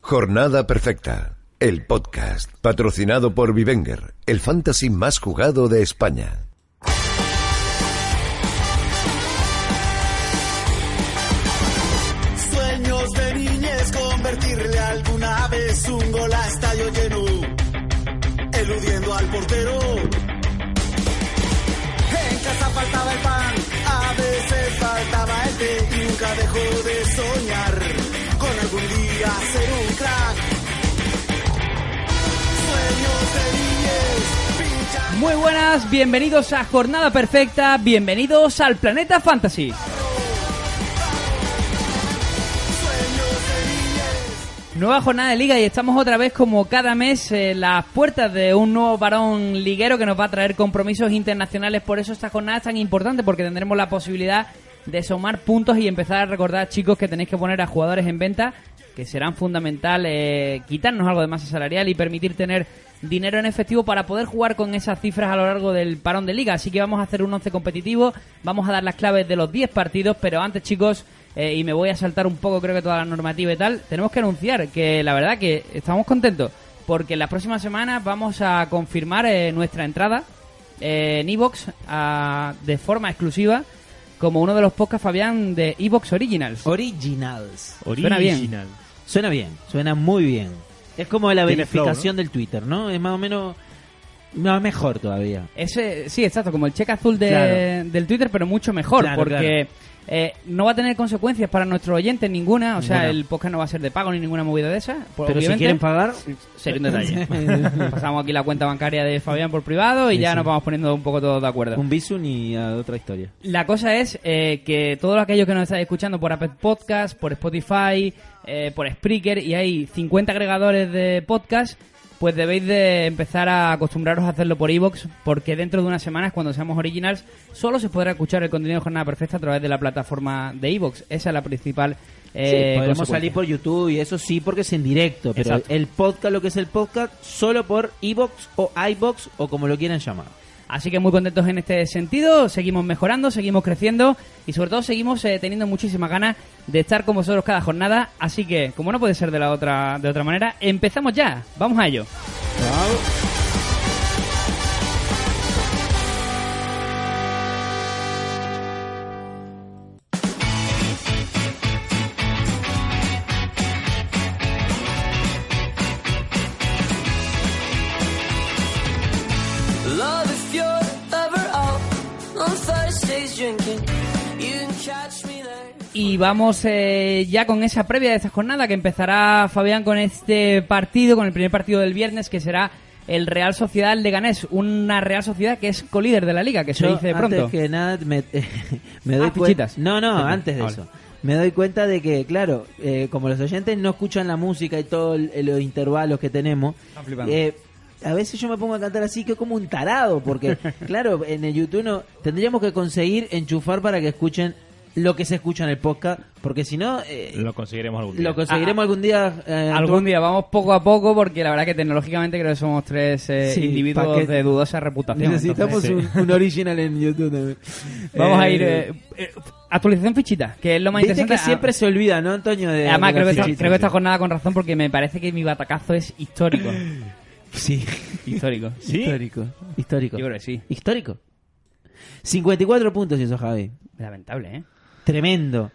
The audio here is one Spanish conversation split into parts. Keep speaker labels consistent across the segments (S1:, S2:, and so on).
S1: Jornada Perfecta, el podcast patrocinado por Vivenger, el fantasy más jugado de España.
S2: Sueños de niñez, convertirle alguna vez un gol a estadio lleno, eludiendo al portero. En casa faltaba el pan, a veces faltaba el té y nunca dejó de soñar con algún día ser un crack. Sueños de niñez, pincha
S3: Muy buenas, bienvenidos a Jornada Perfecta, bienvenidos al Planeta Fantasy. Nueva jornada de liga y estamos otra vez como cada mes en las puertas de un nuevo varón liguero que nos va a traer compromisos internacionales. Por eso esta jornada es tan importante porque tendremos la posibilidad de sumar puntos y empezar a recordar chicos que tenéis que poner a jugadores en venta que serán fundamental eh, quitarnos algo de masa salarial y permitir tener dinero en efectivo para poder jugar con esas cifras a lo largo del parón de liga. Así que vamos a hacer un once competitivo, vamos a dar las claves de los 10 partidos, pero antes chicos, eh, y me voy a saltar un poco creo que toda la normativa y tal, tenemos que anunciar que la verdad que estamos contentos porque las próximas semanas vamos a confirmar eh, nuestra entrada eh, en Evox de forma exclusiva como uno de los podcasts, Fabián, de Evox Originals.
S4: Originals.
S3: Suena bien.
S5: Original.
S4: Suena bien, suena muy bien. Es como la
S5: Tiene flow,
S4: verificación del Twitter, ¿no? Es más o menos más mejor todavía.
S3: Ese, sí, exacto, como el cheque azul de-
S4: Claro.
S3: del Twitter, pero mucho mejor,
S4: Claro,
S3: porque eh, no va a tener consecuencias para nuestro oyente ninguna, o sea,
S4: Ninguna.
S3: el podcast no va a ser de pago ni ninguna movida de esa. pues,
S4: Pero si quieren pagar,
S3: sería un detalle. Pasamos aquí la cuenta bancaria de Fabián por privado y
S4: Sí,
S3: ya
S4: sí.
S3: nos vamos poniendo un poco todos de acuerdo.
S4: un bisun y a otra historia.
S3: La cosa es eh, que todos aquellos que nos estáis escuchando por Apple Podcast, por Spotify, eh, por Spreaker, y hay 50 agregadores de podcast, pues debéis de empezar a acostumbraros a hacerlo por iVoox, porque dentro de unas semanas, cuando seamos originals, solo se podrá escuchar el contenido de Jornada Perfecta a través de la plataforma de iVoox. Esa es la principal... eh,
S4: sí, podemos
S3: consecuencia.
S4: salir por YouTube y eso sí, porque es en directo. Pero
S3: Exacto.
S4: el podcast, lo que es el podcast, solo por iBox o iBox o como lo quieran llamar.
S3: Así que muy contentos en este sentido, seguimos mejorando, seguimos creciendo y sobre todo seguimos eh, teniendo muchísimas ganas de estar con vosotros cada jornada. Así que, como no puede ser de la otra de otra manera, empezamos ya. Vamos a ello.
S6: Love if you're ever out on Thursdays drinking, you can catch me there.
S3: Y vamos eh, ya con esa previa de esta jornada que empezará Fabián con este partido, con el primer partido del viernes que será el Real Sociedad Leganés, una Real Sociedad que es colíder de la liga, que se
S4: Yo,
S3: dice
S4: antes
S3: pronto.
S4: que nada, me, me doy
S3: Ah,
S4: cuen-
S3: fichitas.
S4: No, no,
S3: Perdón, Ah,
S4: antes de
S3: ahora.
S4: eso. Me doy cuenta de que, claro, eh, como los oyentes no escuchan la música y todos los intervalos que tenemos,
S3: Están flipando.
S4: eh, a veces yo me pongo a cantar así que como un tarado, porque, claro, en el YouTube no, tendríamos que conseguir enchufar para que escuchen lo que se escucha en el podcast, porque si no, eh,
S5: Lo conseguiremos algún día.
S4: lo conseguiremos
S3: Ah,
S4: algún día. eh,
S3: Algún día vamos poco a poco porque la verdad que tecnológicamente creo que somos tres eh,
S4: Sí,
S3: individuos
S4: pa' que-
S3: de dudosa reputación.
S4: Necesitamos
S3: entonces,
S4: un, un original en YouTube también.
S3: sí. Vamos a ir...
S4: Eh,
S3: eh, eh, actualización fichita, que es lo más
S4: Viste
S3: interesante.
S4: que siempre se olvida, ¿no, Antonio? De,
S3: ah. Además, creo
S4: de
S3: que,
S4: las
S3: esta,
S4: fichitas.
S3: creo que esta jornada con razón porque me parece que mi batacazo es histórico.
S4: Sí.
S3: histórico.
S5: ¿Sí?
S4: Histórico. Histórico.
S3: Yo creo que sí.
S4: Histórico. 54 puntos hizo Javi.
S3: Lamentable, ¿eh?
S4: Tremendo.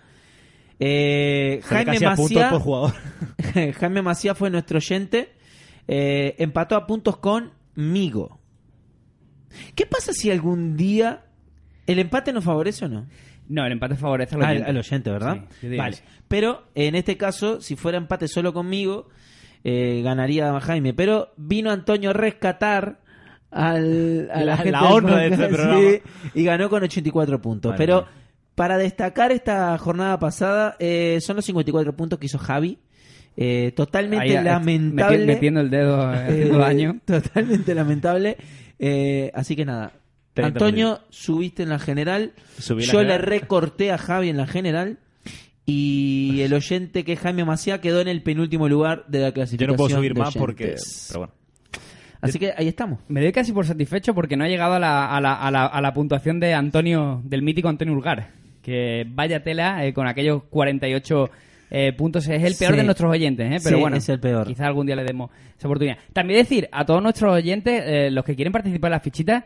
S4: Eh,
S5: Porque
S4: Jaime
S5: casi a puntos
S4: Macía.
S5: por jugador.
S4: Jaime Macía fue nuestro oyente. Eh, empató a puntos conmigo. ¿Qué pasa si algún día el empate nos favorece o no?
S3: No, el empate favorece al
S4: Ah, Al al
S3: oyente.
S4: oyente, ¿verdad?
S3: Sí, yo diría
S4: vale.
S3: que sí.
S4: Pero en este caso, si fuera empate solo conmigo, eh, ganaría Jaime. Pero vino Antonio a rescatar al, a la,
S5: La-
S4: gente
S5: la
S4: del
S5: honra de este
S4: podcast,
S5: programa.
S4: y ganó con 84 puntos.
S5: Vale,
S4: Pero
S5: vale.
S4: para destacar esta jornada pasada, eh, son los 54 puntos que hizo Javi. Eh, totalmente
S3: Ahí, eh,
S4: lamentable.
S3: meti- Metiendo el dedo, eh, haciendo
S4: Eh,
S3: daño.
S4: Totalmente lamentable. Eh, así que nada.
S5: 30
S4: Antonio, subiste en la general.
S5: Subí en la
S4: Yo
S5: general.
S4: le recorté a Javi en la general. Y el oyente que es Jaime Maciá quedó en el penúltimo lugar de la
S5: Yo
S4: clasificación.
S5: no puedo subir
S4: de
S5: más porque...
S4: oyentes.
S5: Pero bueno.
S4: Así que ahí estamos.
S3: Me doy casi por satisfecho porque no ha llegado a la, a la, a la, a la puntuación de Antonio, del mítico Antonio Ulgar. Que vaya tela eh, con aquellos 48 eh, puntos. Es el peor
S4: Sí.
S3: de nuestros oyentes, ¿eh? pero
S4: Sí,
S3: bueno,
S4: es el peor.
S3: quizá algún día le demos esa oportunidad. También decir a todos nuestros oyentes, eh, los que quieren participar en las fichitas,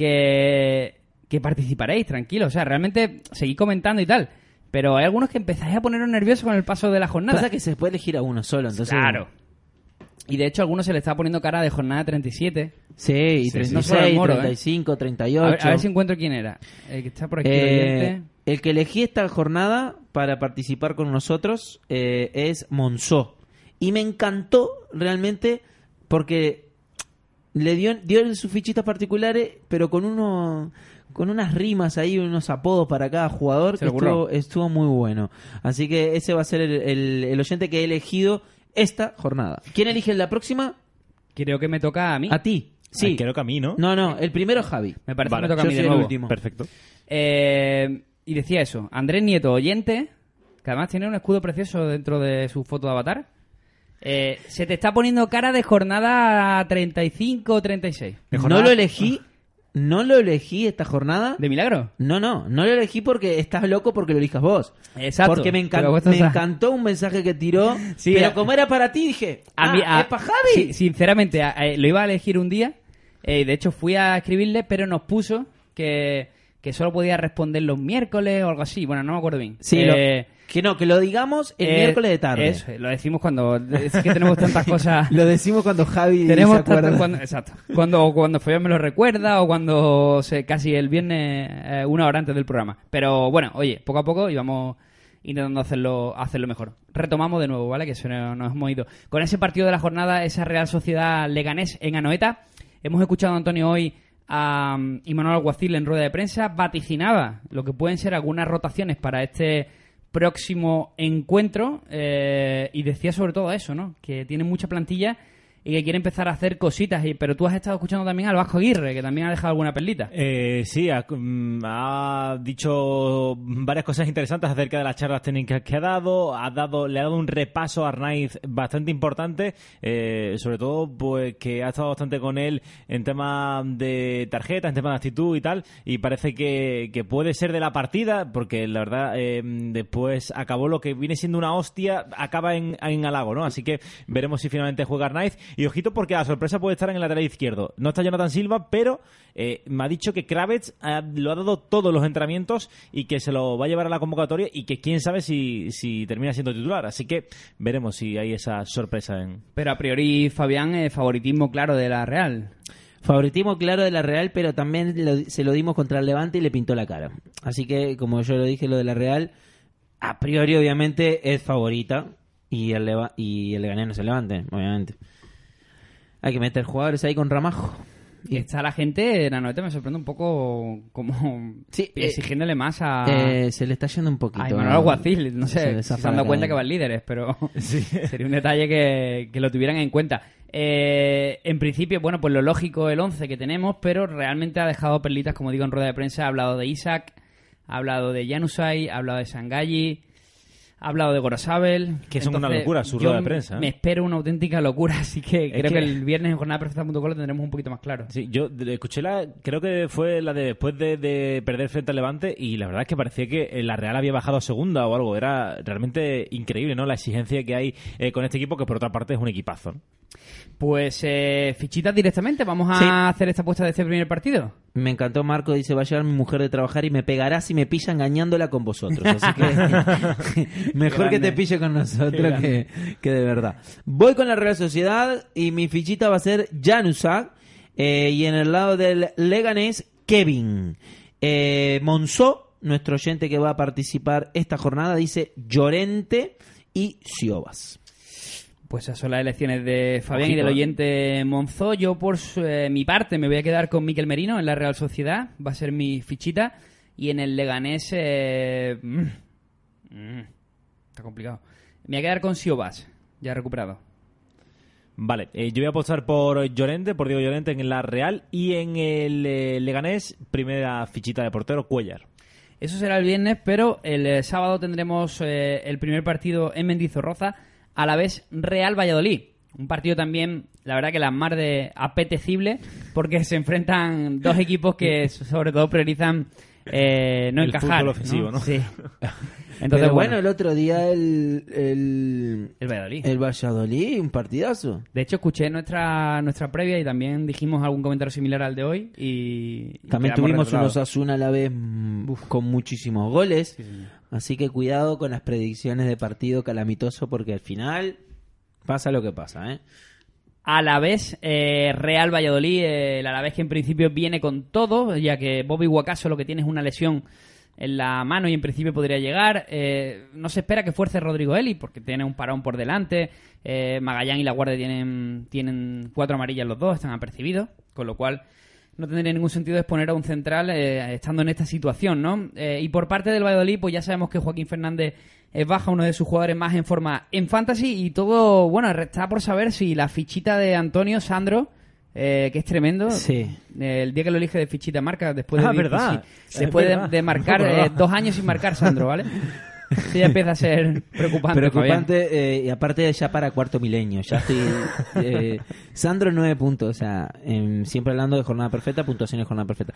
S3: que, que participaréis, tranquilos. O sea, realmente seguid comentando y tal. Pero hay algunos que empezáis a poneros nerviosos con el paso de la jornada.
S4: Pasa que se puede elegir a uno solo, entonces.
S3: Claro. Y de hecho, a algunos se le está poniendo cara de jornada 37.
S4: Sí, y
S3: Sí,
S4: 36,
S3: sí. No solo el moro, ¿eh?
S4: 35,
S3: A
S4: 38.
S3: ver, a ver si encuentro quién era. El que está por aquí. el
S4: Eh,
S3: oyente.
S4: el que elegí esta jornada para participar con nosotros eh, es Monzó. Y me encantó realmente porque le dio, dio sus fichitas particulares, pero con uno con unas rimas ahí, unos apodos para cada jugador,
S3: Se
S4: que
S3: lo curró.
S4: estuvo, estuvo muy bueno. Así que ese va a ser el, el- el oyente que he elegido esta jornada. ¿Quién elige la próxima?
S3: Creo que me toca a mí.
S4: A ti. Sí.
S5: Ay, creo que a mí, ¿no?
S4: No, no, el primero Javi.
S3: Me parece que
S5: Vale,
S3: me toca a
S4: yo
S3: mí
S4: soy
S3: de
S4: el
S3: nuevo.
S4: último.
S5: Perfecto.
S3: Eh, y decía eso. Andrés Nieto, oyente, que además tiene un escudo precioso dentro de su foto de avatar. Eh, se te está poniendo cara de jornada 35 o 36.
S5: De
S4: No
S5: jornada-
S4: lo elegí, no lo elegí esta jornada.
S3: ¿De milagro?
S4: No, no, no lo elegí porque estás loco porque lo elijas vos.
S3: Exacto.
S4: Porque me, encan-
S3: Pero vos
S4: me
S3: estás-
S4: encantó un mensaje que tiró.
S3: Sí,
S4: pero
S3: a-
S4: como era para ti, dije,
S3: A
S4: ah,
S3: mí- a-
S4: es para Javi.
S3: sí, sinceramente, a- eh, lo iba a elegir un día. eh, de hecho, fui a escribirle, pero nos puso que, que solo podía responder los miércoles o algo así. Bueno, no me acuerdo bien.
S4: Sí, lo-
S3: Eh,
S4: que no, que lo digamos el
S3: eh,
S4: miércoles de tarde.
S3: eso, lo decimos cuando. Es que tenemos tantas cosas.
S4: Lo decimos cuando Javi se
S3: tenemos tantas-
S4: acuerda.
S3: cuando, exacto. Cuando, o cuando Fabián me lo recuerda o cuando se, casi el viernes, eh, una hora antes del programa. Pero bueno, oye, poco a poco y vamos intentando hacerlo, hacerlo mejor. Retomamos de nuevo, ¿vale? Que se nos, nos hemos ido. Con ese partido de la jornada, esa Real Sociedad Leganés en Anoeta, hemos escuchado a Antonio hoy a mm, Imanol Alguacil en rueda de prensa, vaticinaba lo que pueden ser algunas rotaciones para este próximo encuentro eh, y decía sobre todo eso, ¿no? Que tiene mucha plantilla y que quiere empezar a hacer cositas. Y, pero tú has estado escuchando también al Vasco Aguirre, que también ha dejado alguna perlita.
S5: Eh, sí, ha, mm, ha dicho varias cosas interesantes acerca de las charlas técnicas que ha dado, ha dado le ha dado un repaso a Arnaiz bastante importante, eh, sobre todo pues que ha estado bastante con él en tema de tarjeta, en tema de actitud y tal, y parece que, que puede ser de la partida, porque la verdad eh, después acabó lo que viene siendo una hostia, acaba en, en halago, ¿no? Así que veremos si finalmente juega Arnaiz, y ojito porque la sorpresa puede estar en el lateral izquierdo. No está Jonathan Silva, pero eh, me ha dicho que Kravets ha- lo ha dado todos los entrenamientos y que se lo va a llevar a la convocatoria y que quién sabe si, si termina siendo titular. Así que veremos si hay esa sorpresa en...
S3: Pero a priori, Fabián, eh, favoritismo claro de la Real.
S4: Favoritismo claro de la Real, pero también lo- se lo dimos contra el Levante y le pintó la cara. Así que, como yo lo dije, lo de la Real, a priori, obviamente, es favorita. Y el, Leva- y el Leganés no se levante, obviamente. Hay que meter jugadores ahí con Ramajo.
S3: Y está la gente en Anoeta, me sorprende un poco como
S4: Sí, eh,
S3: exigiéndole más a...
S4: Eh, se le está yendo un poquito.
S3: a Imanol Alguacil, no sé,
S4: le
S3: si se
S4: zafa
S3: han
S4: la
S3: dado cuenta
S4: cadena.
S3: que van líderes, pero sería un detalle que, que lo tuvieran en cuenta. Eh, en principio, bueno, pues lo lógico, el 11 que tenemos, pero realmente ha dejado perlitas, como digo, en rueda de prensa. Ha hablado de Isaac, ha hablado de Janusay, ha hablado de Sangalli, ha hablado de Gorosabel.
S5: Que son una
S3: Entonces,
S5: locura su
S3: yo
S5: rueda de prensa, ¿eh?
S3: Me espero una auténtica locura, así que creo que...
S5: que-
S3: el viernes en jornada perfecta.com lo tendremos un poquito más claro.
S5: Sí, yo de- escuché la, creo que fue la de después de, de perder frente al Levante y la verdad es que parecía que eh, la Real había bajado a segunda o algo. Era realmente increíble, ¿no? La exigencia que hay eh, con este equipo que por otra parte es un equipazo. ¿no?
S3: Pues eh, fichitas directamente, vamos a
S4: Sí.
S3: hacer esta apuesta de este primer partido.
S4: Me encantó Marco, dice, va a llegar mi mujer de trabajar y me pegará si me pilla engañándola con vosotros. Así que mejor que te pille con nosotros que, que de verdad. Voy con la Real Sociedad y mi fichita va a ser Janusak eh, y en el lado del Leganés, Kevin. Eh, Monzó, nuestro oyente que va a participar esta jornada, dice Llorente y Siobas.
S3: Pues esas son las elecciones de Fabián y del
S5: Ojito, eh.
S3: oyente Monzó. Yo, por su- eh, mi parte, me voy a quedar con Miquel Merino en la Real Sociedad. Va a ser mi fichita. Y en el Leganés... eh, mm, mm, está complicado. Me voy a quedar con Siobas, ya recuperado.
S5: Vale, eh, yo voy a apostar por Llorente, por Diego Llorente en la Real y en el eh, Leganés, primera fichita de portero, Cuellar.
S3: Eso será el viernes, pero el eh, sábado tendremos eh, el primer partido en Mendizorroza, a la vez Real Valladolid. Un partido también, la verdad que la más de apetecible, porque se enfrentan dos equipos que sobre todo priorizan eh, no
S5: El
S3: encajar.
S5: fútbol ofensivo, ¿no?
S3: Sí. Entonces,
S4: Pero bueno, eh,
S3: bueno.
S4: el otro día el, el,
S3: El Valladolid.
S4: el Valladolid, un partidazo.
S3: De hecho, escuché nuestra nuestra previa y también dijimos algún comentario similar al de hoy. Y, y quedamos
S4: También tuvimos
S3: retolados.
S4: unos Asuna a la vez mm, con muchísimos goles. Así que cuidado con las predicciones de partido calamitoso porque al final pasa lo que pasa, ¿eh?
S3: A la vez, eh, Real Valladolid, eh, el Alavés que en principio viene con todo, ya que Bobby Guacaso lo que tiene es una lesión en la mano y en principio podría llegar. Eh, no se espera que fuerce Rodrigo Eli porque tiene un parón por delante. Eh, Magallán y La Guardia tienen, tienen cuatro amarillas los dos, están apercibidos, con lo cual no tendría ningún sentido exponer a un central eh, estando en esta situación, ¿no? Eh, y por parte del Valladolid, pues ya sabemos que Joaquín Fernández es baja, uno de sus jugadores más en forma en Fantasy, y todo, bueno, está por saber si la fichita de Antonio Sandro, eh, que es tremendo,
S4: Sí.
S3: eh, el día que lo elige de fichita marca, después de,
S5: Ah,
S3: diez-
S5: verdad.
S3: sí, se
S5: Es
S3: puede
S5: verdad.
S3: de marcar
S5: No me acordaba.
S3: eh, dos años sin marcar Sandro, ¿vale? Sí, ya empieza a ser preocupante. Fabián.
S4: Preocupante, eh, y aparte ya para cuarto milenio, ya estoy... eh, Sandro nueve puntos, o sea, em, siempre hablando de jornada perfecta, puntuaciones de jornada perfecta.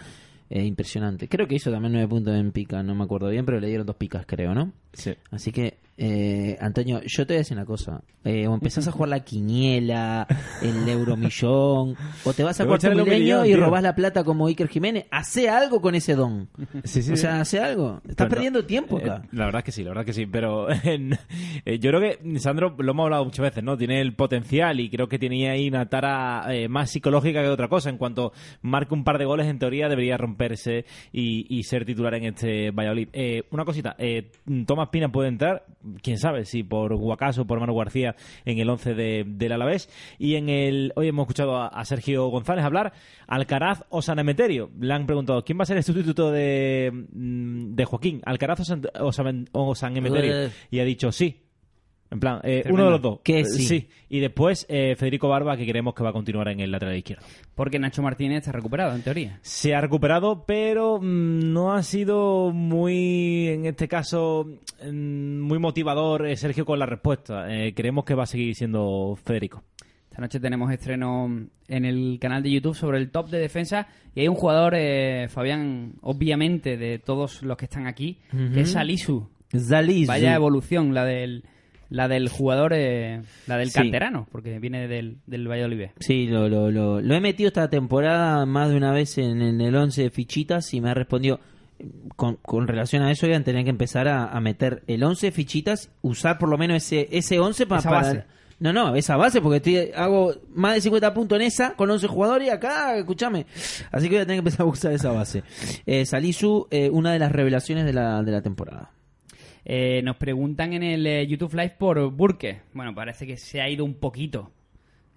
S4: Eh, impresionante. Creo que hizo también nueve puntos en pica, no me acuerdo bien, pero le dieron dos picas, creo, ¿no?
S5: Sí.
S4: Así que, eh, Antonio, yo te voy a decir una cosa. Eh, o empezás a jugar la quiniela, el euromillón, o te vas
S5: Te
S4: a
S5: voy a
S4: cuarto
S5: echar el
S4: milenio
S5: euromillón,
S4: y
S5: tío.
S4: robás la plata como Iker Jiménez. Hace algo con ese don. O sea, hace algo. Estás
S5: Pero no-
S4: perdiendo tiempo
S5: Eh,
S4: acá.
S5: la verdad es que sí, la verdad es que sí. Pero en- eh, yo creo que Sandro, lo hemos hablado muchas veces, ¿no? Tiene el potencial y creo que tenía ahí una tara eh, más psicológica que otra cosa. En cuanto marque un par de goles, en teoría debería romperse y, y ser titular en este Valladolid. Eh, una cosita, eh, Tomás Pina puede entrar, quién sabe, si por Guacaso o por Manu García en el 11 de, del Alavés. Y en el. Hoy hemos escuchado a, a Sergio González hablar. Alcaraz o San Emeterio. Le han preguntado, ¿quién va a ser el sustituto de, mm, de Joaquín? ¿Alcaraz o San, o San- o San Emeterio?
S4: Eh.
S5: Y ha dicho, sí. En plan, eh,
S3: Tremendo.
S5: uno de los dos.
S4: Que
S5: Eh,
S4: sí.
S5: Y después eh, Federico Barba, que creemos que va a continuar en el lateral izquierdo.
S3: Porque Nacho Martínez está recuperado, en teoría.
S5: Se ha recuperado, pero mm, no ha sido muy, en este caso, mm, muy motivador eh, Sergio con la respuesta. Eh, creemos que va a seguir siendo Federico.
S3: Esta noche tenemos estreno en el canal de YouTube sobre el top de defensa y hay un jugador, eh, Fabián, obviamente de todos los que están aquí, que es Salisu.
S5: eh,
S4: Zalizu.
S3: Vaya evolución la del, la del jugador, eh, la del
S4: Sí.
S3: canterano, porque viene del, del Valladolid.
S4: Sí, lo, lo, lo, lo he metido esta temporada más de una vez en, en el 11 de fichitas y me ha respondido. mm, Con, con relación a eso, iban a tener que empezar a, a meter el 11 de fichitas, usar por lo menos ese, ese 11 pa-
S3: Esa
S4: para.
S3: base.
S4: No, no, esa base, porque estoy, hago más de 50 puntos en esa con 11 jugadores y acá, escúchame. Así que voy a tener que empezar a usar esa base. Eh, Salisu, eh, una de las revelaciones de la, de la temporada.
S3: Eh, nos preguntan en el eh, YouTube Live por Burke. Bueno, parece que se ha ido un poquito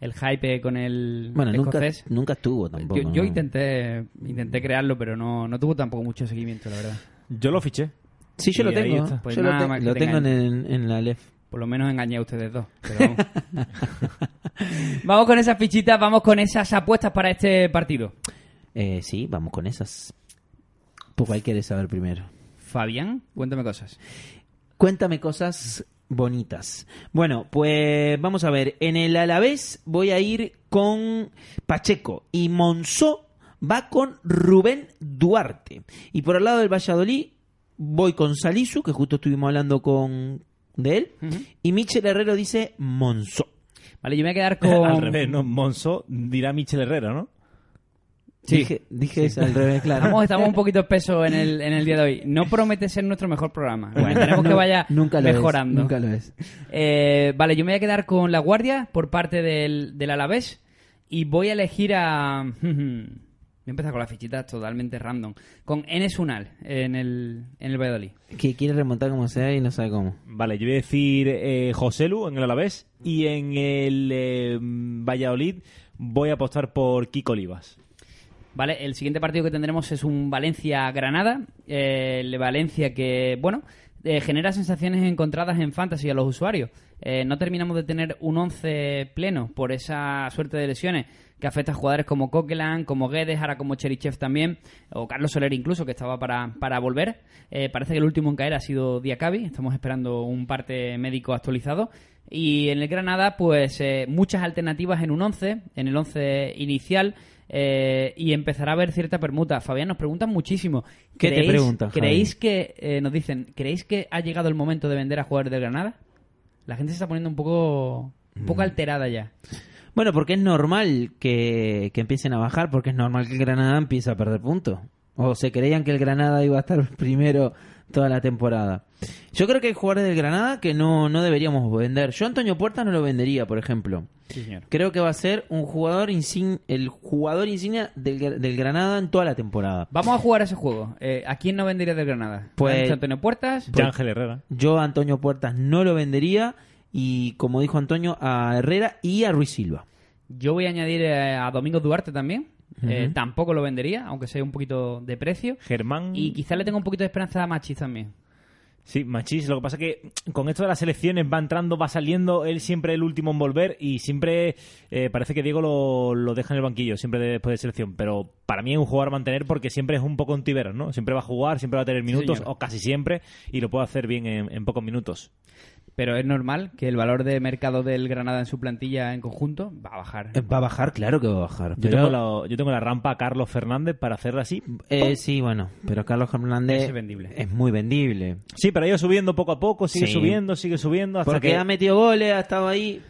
S3: el hype con el
S4: Bueno, nunca,
S3: escocés.
S4: nunca estuvo tampoco.
S3: Yo, yo
S4: ¿no?
S3: intenté intenté crearlo, pero no, no tuvo tampoco mucho seguimiento, la verdad.
S5: Yo lo fiché.
S4: Sí, yo
S5: Y
S4: lo
S5: ahí
S4: tengo.
S5: está.
S4: ¿eh?
S3: Pues
S4: yo lo,
S3: nada
S4: te-
S3: más que
S4: lo
S3: te
S4: tengo en, en la LEF.
S3: Por lo menos engañé a ustedes dos. pero vamos. vamos con esas fichitas, vamos con esas apuestas para este partido.
S4: Eh, sí, vamos con esas. ¿Por Pues, cuál quieres saber primero?
S3: Fabián, cuéntame cosas.
S4: Cuéntame cosas bonitas. Bueno, pues vamos a ver. En el Alavés voy a ir con Pacheco y Monzó va con Rubén Duarte. Y por el lado del Valladolid voy con Salisu, que justo estuvimos hablando con de él. Y Michel Herrero dice Monzó.
S3: Vale, yo me voy a quedar con...
S5: Al revés, ¿no? Monzo dirá Michel Herrera, ¿no?
S3: Sí.
S4: Dije, dije eso al revés, claro.
S3: Estamos, estamos un poquito espesos en el, en el día de hoy. No promete ser nuestro mejor programa. Esperemos que vaya
S4: nunca lo es,
S3: mejorando.
S4: nunca lo es.
S3: Eh, vale, yo me voy a quedar con La Guardia por parte del, del Alavés y voy a elegir a... Voy a empezar con las fichitas totalmente random. Con Enes Unal en el, en el Valladolid.
S4: Que quiere remontar como sea y no sabe cómo.
S5: Vale, yo voy a decir eh, José Lu en el Alavés y en el eh, Valladolid voy a apostar por Kiko Olivas.
S3: Vale, el siguiente partido que tendremos es un Valencia-Granada. Eh, el Valencia que, bueno, eh, genera sensaciones encontradas en Fantasy a los usuarios. Eh, no terminamos de tener un 11 pleno por esa suerte de lesiones que afecta a jugadores como Coquelin, como Guedes, ahora como Cherichev también, o Carlos Soler incluso, que estaba para, para volver. Eh, parece que el último en caer ha sido Diacabi. Estamos esperando un parte médico actualizado. Y en el Granada, pues eh, muchas alternativas en un 11, en el 11 inicial. eh, y empezará a haber cierta permuta. Fabián, nos preguntan muchísimo.
S4: ¿Qué te
S3: ¿Creéis-
S4: preguntan, Javi?
S3: ¿Creéis que, eh, nos dicen, ¿creéis que ha llegado el momento de vender a jugadores del Granada? La gente se está poniendo un poco, un
S4: Mm.
S3: poco alterada ya.
S4: Bueno, porque es normal que, que empiecen a bajar, porque es normal que el Granada empiece a perder puntos. O se creían que el Granada iba a estar primero toda la temporada. Yo creo que hay jugadores del Granada que no, no deberíamos vender. Yo Antonio Puertas no lo vendería, por ejemplo.
S3: Sí, señor.
S4: Creo que va a ser un jugador insign- el jugador insignia del, Gra- del Granada en toda la temporada.
S3: Vamos a jugar a ese juego. Eh, ¿A quién no vendería del Granada?
S4: Pues-
S3: ¿Han dicho Antonio Puertas. Pues
S5: Ya Ángel Herrera.
S4: Yo a Antonio Puertas no lo vendería y como dijo Antonio, a Herrera y a Ruiz Silva.
S3: Yo voy a añadir eh, a Domingo Duarte también. Eh, tampoco lo vendería, aunque sea un poquito de precio.
S5: Germán.
S3: Y quizás le tengo un poquito de esperanza a Machis también.
S5: Sí, Machís. Lo que pasa es que con esto de las elecciones va entrando, va saliendo, él siempre el último en volver y siempre eh, parece que Diego lo, lo deja en el banquillo, siempre de- después de selección. Pero para mí es un jugador a mantener porque siempre es un poco un tibero, ¿no? Siempre va a jugar, siempre va a tener minutos,
S3: señor.
S5: o casi siempre, y lo puede hacer bien en, en pocos minutos.
S3: Pero es normal que el valor de mercado del Granada en su plantilla en conjunto va a bajar.
S4: Eh, Va a bajar, claro que va a bajar.
S5: Yo,
S4: pero-
S5: tengo la, yo tengo la rampa a Carlos Fernández para hacerla así.
S4: Eh, sí, bueno, pero Carlos Hernández
S3: Ese Oh. es vendible.
S4: es muy vendible.
S5: Sí, pero ha ido subiendo poco a poco, sigue
S4: Sí.
S5: subiendo, sigue subiendo, hasta
S4: Porque
S5: que
S4: ha metido goles, ha estado ahí.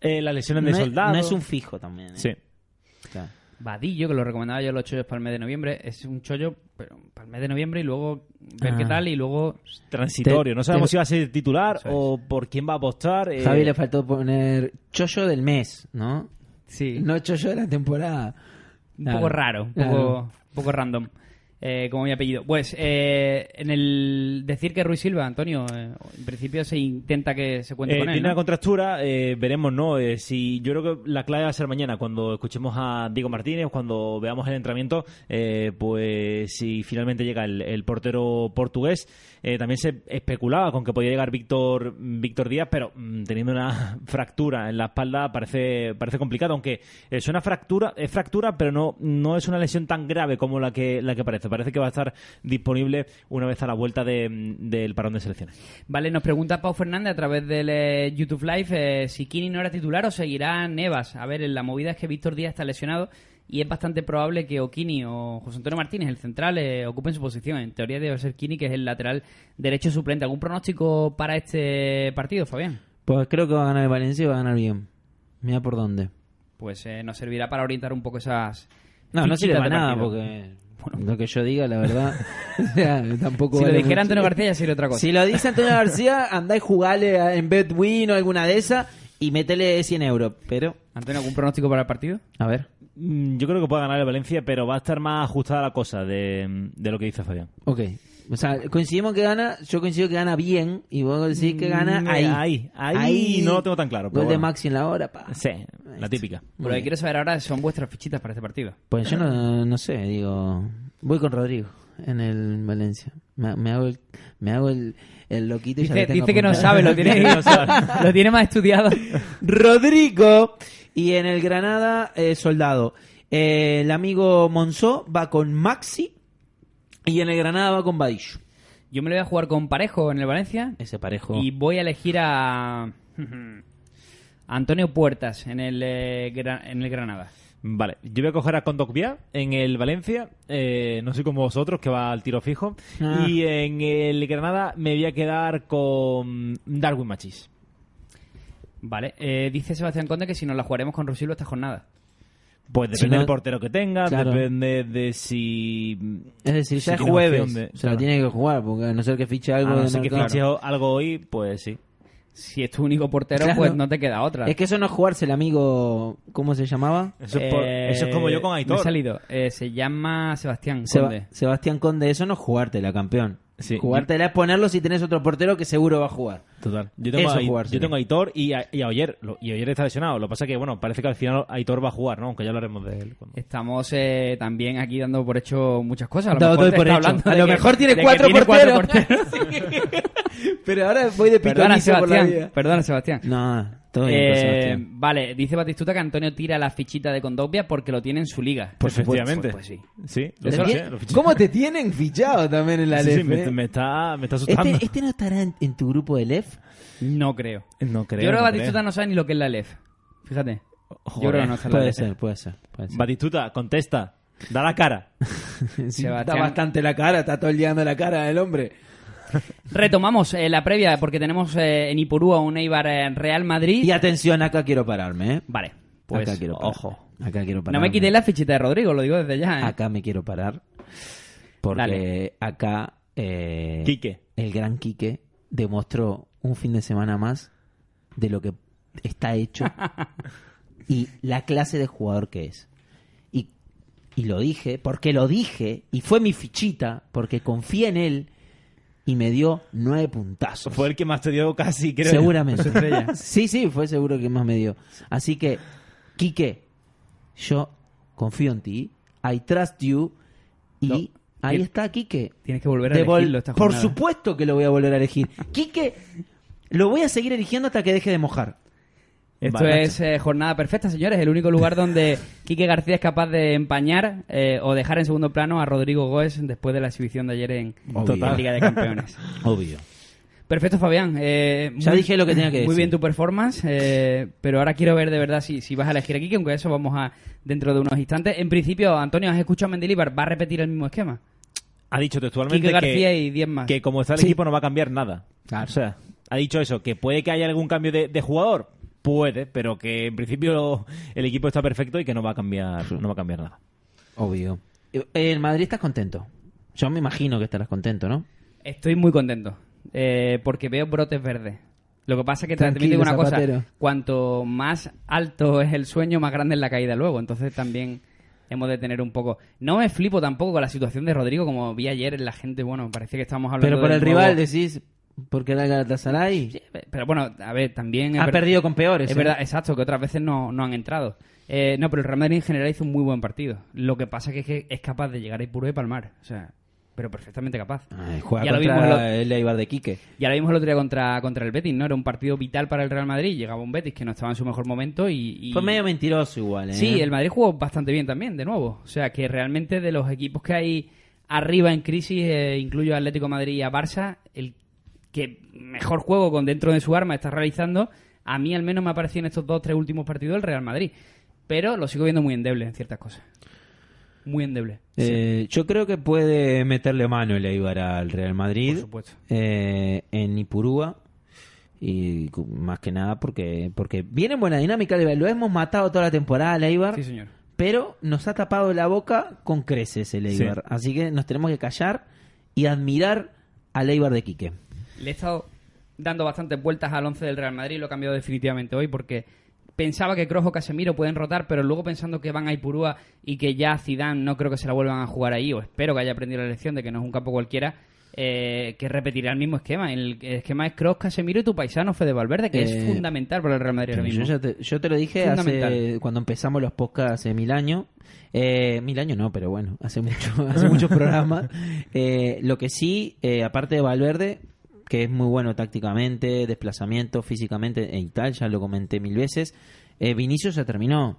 S5: eh, las lesiones
S4: No
S5: de
S4: es,
S5: soldado.
S4: no es un fijo también. ¿eh?
S5: Sí.
S4: O sea,
S3: Vadillo, que lo recomendaba yo los chollos para el mes de noviembre, es un chollo pero para el mes de noviembre y luego ver
S4: Ah.
S3: qué tal y luego...
S5: Transitorio.
S4: Te-
S5: no sabemos
S4: te-
S5: si va a ser titular
S3: Eso es.
S5: o por quién va a apostar. eh,
S4: Javi le faltó poner chollo del mes, ¿no?
S3: Sí,
S4: No chollo de la temporada.
S3: un
S4: Claro.
S3: poco raro, un poco,
S4: Claro.
S3: un poco random, eh, como mi apellido. Pues eh, en el decir que Ruiz Silva, Antonio, eh, en principio se intenta que se cuente
S5: Eh,
S3: con él. ¿no?
S5: tiene una contrastura, eh, veremos, ¿no? Eh, si Yo creo que la clave va a ser mañana, cuando escuchemos a Diego Martínez, cuando veamos el entrenamiento, eh, pues si finalmente llega el, el portero portugués. Eh, también se especulaba con que podía llegar Víctor, Víctor Díaz, pero mm, teniendo una fractura en la espalda parece, parece complicado, aunque es una fractura, es fractura, pero no, no es una lesión tan grave como la que, la que parece. Parece que va a estar disponible una vez a la vuelta de- mm, del parón de selecciones.
S3: Vale, nos pregunta Pau Fernández a través del eh, YouTube Live eh, si Kini no era titular o seguirá Nevas. A ver, eh, la movida es que Víctor Díaz está lesionado y es bastante probable que o Kini o José Antonio Martínez, el central, eh, ocupen su posición. En teoría debe ser Kini, que es el lateral derecho suplente. ¿Algún pronóstico para este partido, Fabián?
S4: Pues creo que va a ganar el Valencia y va a ganar bien. Mira por dónde.
S3: Pues eh, nos servirá para orientar un poco esas...
S4: No, no
S3: fichitas
S4: sirve para
S3: de
S4: nada
S3: partido.
S4: porque lo que yo diga, la verdad, o sea, tampoco
S3: Si lo
S4: vale
S3: dijera
S4: mucho.
S3: Antonio García ya sería otra cosa.
S4: Si lo dice Antonio García, andá y jugale a- en Betwin o alguna de esas y metele 100 euros. Pero,
S3: Antonio, ¿algún pronóstico para el partido?
S4: a ver.
S5: Mm, Yo creo que puede ganar el Valencia, pero va a estar más ajustada la cosa de, de lo que dice Fabián.
S4: Ok. O sea, coincidimos que gana, yo coincido que gana bien y vos decís que gana
S5: Mm,
S4: ahí.
S5: ahí, ahí no lo tengo tan claro, pero
S4: Gol de
S5: bueno.
S4: Maxi en la hora, pa.
S5: Sí, la típica.
S3: Lo que quiero saber ahora son vuestras fichitas para este partido.
S4: Pues yo no, no sé, digo, voy con Rodrigo en el Valencia. Me, me hago el, me hago el, el loquito y
S3: Dice,
S4: ya le tengo
S3: dice que no
S4: apuntado.
S3: sabe, lo tiene, lo tiene más estudiado.
S4: Rodrigo y en el Granada eh, Soldado. Eh, el amigo Monzó va con Maxi y en el Granada va con Badillo.
S3: Yo me lo voy a jugar con Parejo en el Valencia
S4: Ese parejo.
S3: y voy a elegir a Antonio Puertas en el, eh, Gra- en el Granada.
S5: Vale, yo voy a coger a Condogbiá en el Valencia, eh, no soy como vosotros, que va al tiro fijo.
S4: Ah.
S5: Y en el Granada me voy a quedar con Darwin Machis.
S3: Vale, eh, dice Sebastián Conde que si nos la jugaremos con Rusilio esta jornada.
S5: Pues depende
S4: Si no-
S5: del portero que tenga,
S4: Claro.
S5: depende de si...
S4: es decir,
S5: si
S4: ya es
S5: tiene
S4: jueves.
S5: opción de-
S4: Se
S5: claro.
S4: la tiene que jugar, porque a no ser que fiche
S5: A
S4: algo.
S5: no
S4: de
S5: ser que
S4: mercado.
S5: fiche algo hoy, pues sí.
S3: Si es tu único portero,
S4: Claro.
S3: pues no te queda otra.
S4: Es que eso no es jugarse el amigo. ¿Cómo se llamaba?
S5: Eso, es por-
S3: Eh,
S5: eso es como yo con
S3: me he
S5: Aitor.
S3: salido. Eh, se llama Sebastián
S4: Seba-
S3: Conde.
S4: Sebastián Conde, eso no es jugártela, campeón.
S5: Sí.
S4: Jugártela es ponerlo si tenés otro portero que seguro va a jugar.
S5: Total. Yo tengo,
S4: Eso
S5: a,
S4: jugársela.
S5: yo tengo a Aitor y a, y a Oyer. Lo- Y Oyer está lesionado. Lo que pasa es que, bueno, parece que al final Aitor va a jugar, ¿no? Aunque ya hablaremos de él. cuando-
S3: Estamos eh, también aquí dando por hecho muchas cosas. A lo
S4: Dado
S3: mejor,
S4: doy
S3: te
S4: por
S3: está
S4: hecho.
S3: hablando
S4: A
S3: de
S4: lo
S3: que-
S4: mejor tiene
S3: de que
S4: cuatro
S3: tiene
S4: porteros. Pero ahora voy de
S3: Perdona,
S4: pitonizo por la
S3: Sebastián.
S4: vida.
S3: Perdona, Sebastián.
S4: No, todo bien, con
S3: Eh,
S4: Sebastián.
S3: vale, dice Batistuta que Antonio tira la fichita de Condopia porque lo tiene en su liga.
S5: Pues efectivamente.
S3: Pues, pues sí.
S5: Sí, lo
S4: ¿Te
S5: fiché,
S4: bien?
S5: lo fiché.
S4: ¿Cómo te tienen fichado también en la
S5: Sí, sí,
S4: LEF?
S5: me,
S4: eh?
S5: me está, me está asustando.
S4: este, este no estará en, en tu grupo de LEF.
S3: No creo.
S5: No creo.
S3: Yo creo que
S5: no
S3: Batistuta no sabe ni lo que es la LEF. Fíjate. Yo creo que no está en la
S4: Puede
S3: lista.
S4: ser, puede ser. Puede ser.
S5: Batistuta, contesta. Da la cara.
S4: Sí,
S3: Sebastián-
S4: Da bastante la cara, está todo el día dando la cara del hombre.
S3: Retomamos eh, la previa porque tenemos eh, en Ipurúa un Eibar eh, Real Madrid.
S4: Y atención, acá quiero pararme, ¿eh?
S3: Vale,
S4: acá
S3: pues
S4: quiero parar.
S3: ojo.
S4: Acá quiero parar.
S3: No me quitéis la fichita de Rodrigo, lo digo desde ya. ¿eh?
S4: Acá me quiero parar. Porque
S3: Dale.
S4: acá. eh,
S5: Quique.
S4: El gran Quique demostró un fin de semana más de lo que está hecho y la clase de jugador que es. Y, y lo dije, porque lo dije, y fue mi fichita, porque confié en él y me dio nueve puntazos.
S5: Fue el que más te dio casi, creo.
S4: Seguramente. sí, sí, fue seguro que más me dio. Así que, Quique, yo confío en ti. I trust you. Y ahí está, Quique.
S3: Tienes que volver a
S4: Te vol-
S3: elegirlo esta
S4: Por
S3: jornada.
S4: supuesto que lo voy a volver a elegir. Quique, lo voy a seguir eligiendo hasta que deje de mojar.
S3: Esto
S5: Vale.
S3: es eh, jornada perfecta, señores. El único lugar donde Quique García es capaz de empañar eh, o dejar en segundo plano a Rodrigo Goes después de la exhibición de ayer en,
S4: Obvio.
S3: en Liga de Campeones.
S4: Obvio.
S3: Perfecto, Fabián. Eh,
S4: Ya dije lo que tenía que
S3: Muy
S4: decir.
S3: bien tu performance, eh, pero ahora quiero ver de verdad si, si vas a elegir aquí, que aunque eso vamos a dentro de unos instantes. En principio, Antonio, has escuchado a Mendilibar, va a repetir el mismo esquema.
S5: Ha dicho textualmente
S3: Quique García
S5: que,
S3: y 10 más.
S5: que como está el
S4: Sí.
S5: equipo no va a cambiar nada.
S4: Claro.
S5: O sea, ha dicho eso, que puede que haya algún cambio de, de jugador, puede, pero que en principio el equipo está perfecto y que no va a cambiar, no va a cambiar nada.
S4: Obvio. El Eh, Madrid estás contento. Yo me imagino que estarás contento, ¿no?
S3: Estoy muy contento eh, porque veo brotes verdes. Lo que pasa es que también te digo
S4: Tranquilo,
S3: una
S4: Zapatero.
S3: cosa, cuanto más alto es el sueño, más grande es la caída luego. Entonces también hemos de tener un poco... No me flipo tampoco con la situación de Rodrigo, como vi ayer en la gente, bueno, parecía que estábamos hablando...
S4: Pero por
S3: del
S4: el rival
S3: nuevo-
S4: decís, porque era el Galatasaray.
S3: Pero bueno, a ver, también... es
S4: Ha
S3: ver-
S4: perdido con peores.
S3: Es
S4: ¿eh?
S3: verdad, exacto, que otras veces no, no han entrado. Eh, no, pero el Real Madrid en general hizo un muy buen partido. Lo que pasa que es que es capaz de llegar a Ipurú y palmar. O sea, pero perfectamente capaz.
S4: Ay, juega
S3: Ya lo
S4: contra
S3: vimos el
S4: el Eibar de Quique.
S3: Y ahora vimos el otro día contra, contra el Betis, ¿no? Era un partido vital para el Real Madrid. Llegaba un Betis que no estaba en su mejor momento y... y-
S4: Fue medio mentiroso igual, ¿eh?
S3: Sí, el Madrid jugó bastante bien también, de nuevo. O sea, que realmente de los equipos que hay arriba en crisis, eh, incluyo a Atlético de Madrid y a Barça, el que mejor juego con dentro de su arma está realizando, a mí al menos me ha parecido en estos dos tres últimos partidos el Real Madrid. Pero lo sigo viendo muy endeble en ciertas cosas. Muy endeble.
S4: Eh, Yo creo que puede meterle mano el Eibar al Real Madrid.
S3: Por supuesto.
S4: eh, en Ipurúa. Y cu- más que nada porque porque viene en buena dinámica el Eibar. Lo hemos matado toda la temporada al Eibar.
S3: Sí, señor.
S4: Pero nos ha tapado la boca con creces el
S5: Sí.
S4: Eibar. Así que nos tenemos que callar y admirar al Eibar de Quique.
S3: Le he estado dando bastantes vueltas al 11 del Real Madrid y lo he cambiado definitivamente hoy porque pensaba que Kroos o Casemiro pueden rotar, pero luego pensando que van a Ipurúa y que ya Zidane no creo que se la vuelvan a jugar ahí, o espero que haya aprendido la lección de que no es un campo cualquiera, eh, que repetirá el mismo esquema. El esquema es Kroos, Casemiro y tu paisano Fede Valverde, que es
S4: Eh,
S3: fundamental para el Real Madrid ahora
S4: Pero
S3: mismo.
S4: Yo, ya te, yo te lo dije hace,
S3: Fundamental.
S4: cuando empezamos los podcasts hace mil años. Eh, mil años no, pero bueno, hace mucho, hace muchos programas. Eh, lo que sí, eh, aparte de Valverde, que es muy bueno tácticamente, desplazamiento físicamente y tal, ya lo comenté mil veces. eh, Vinicius se terminó.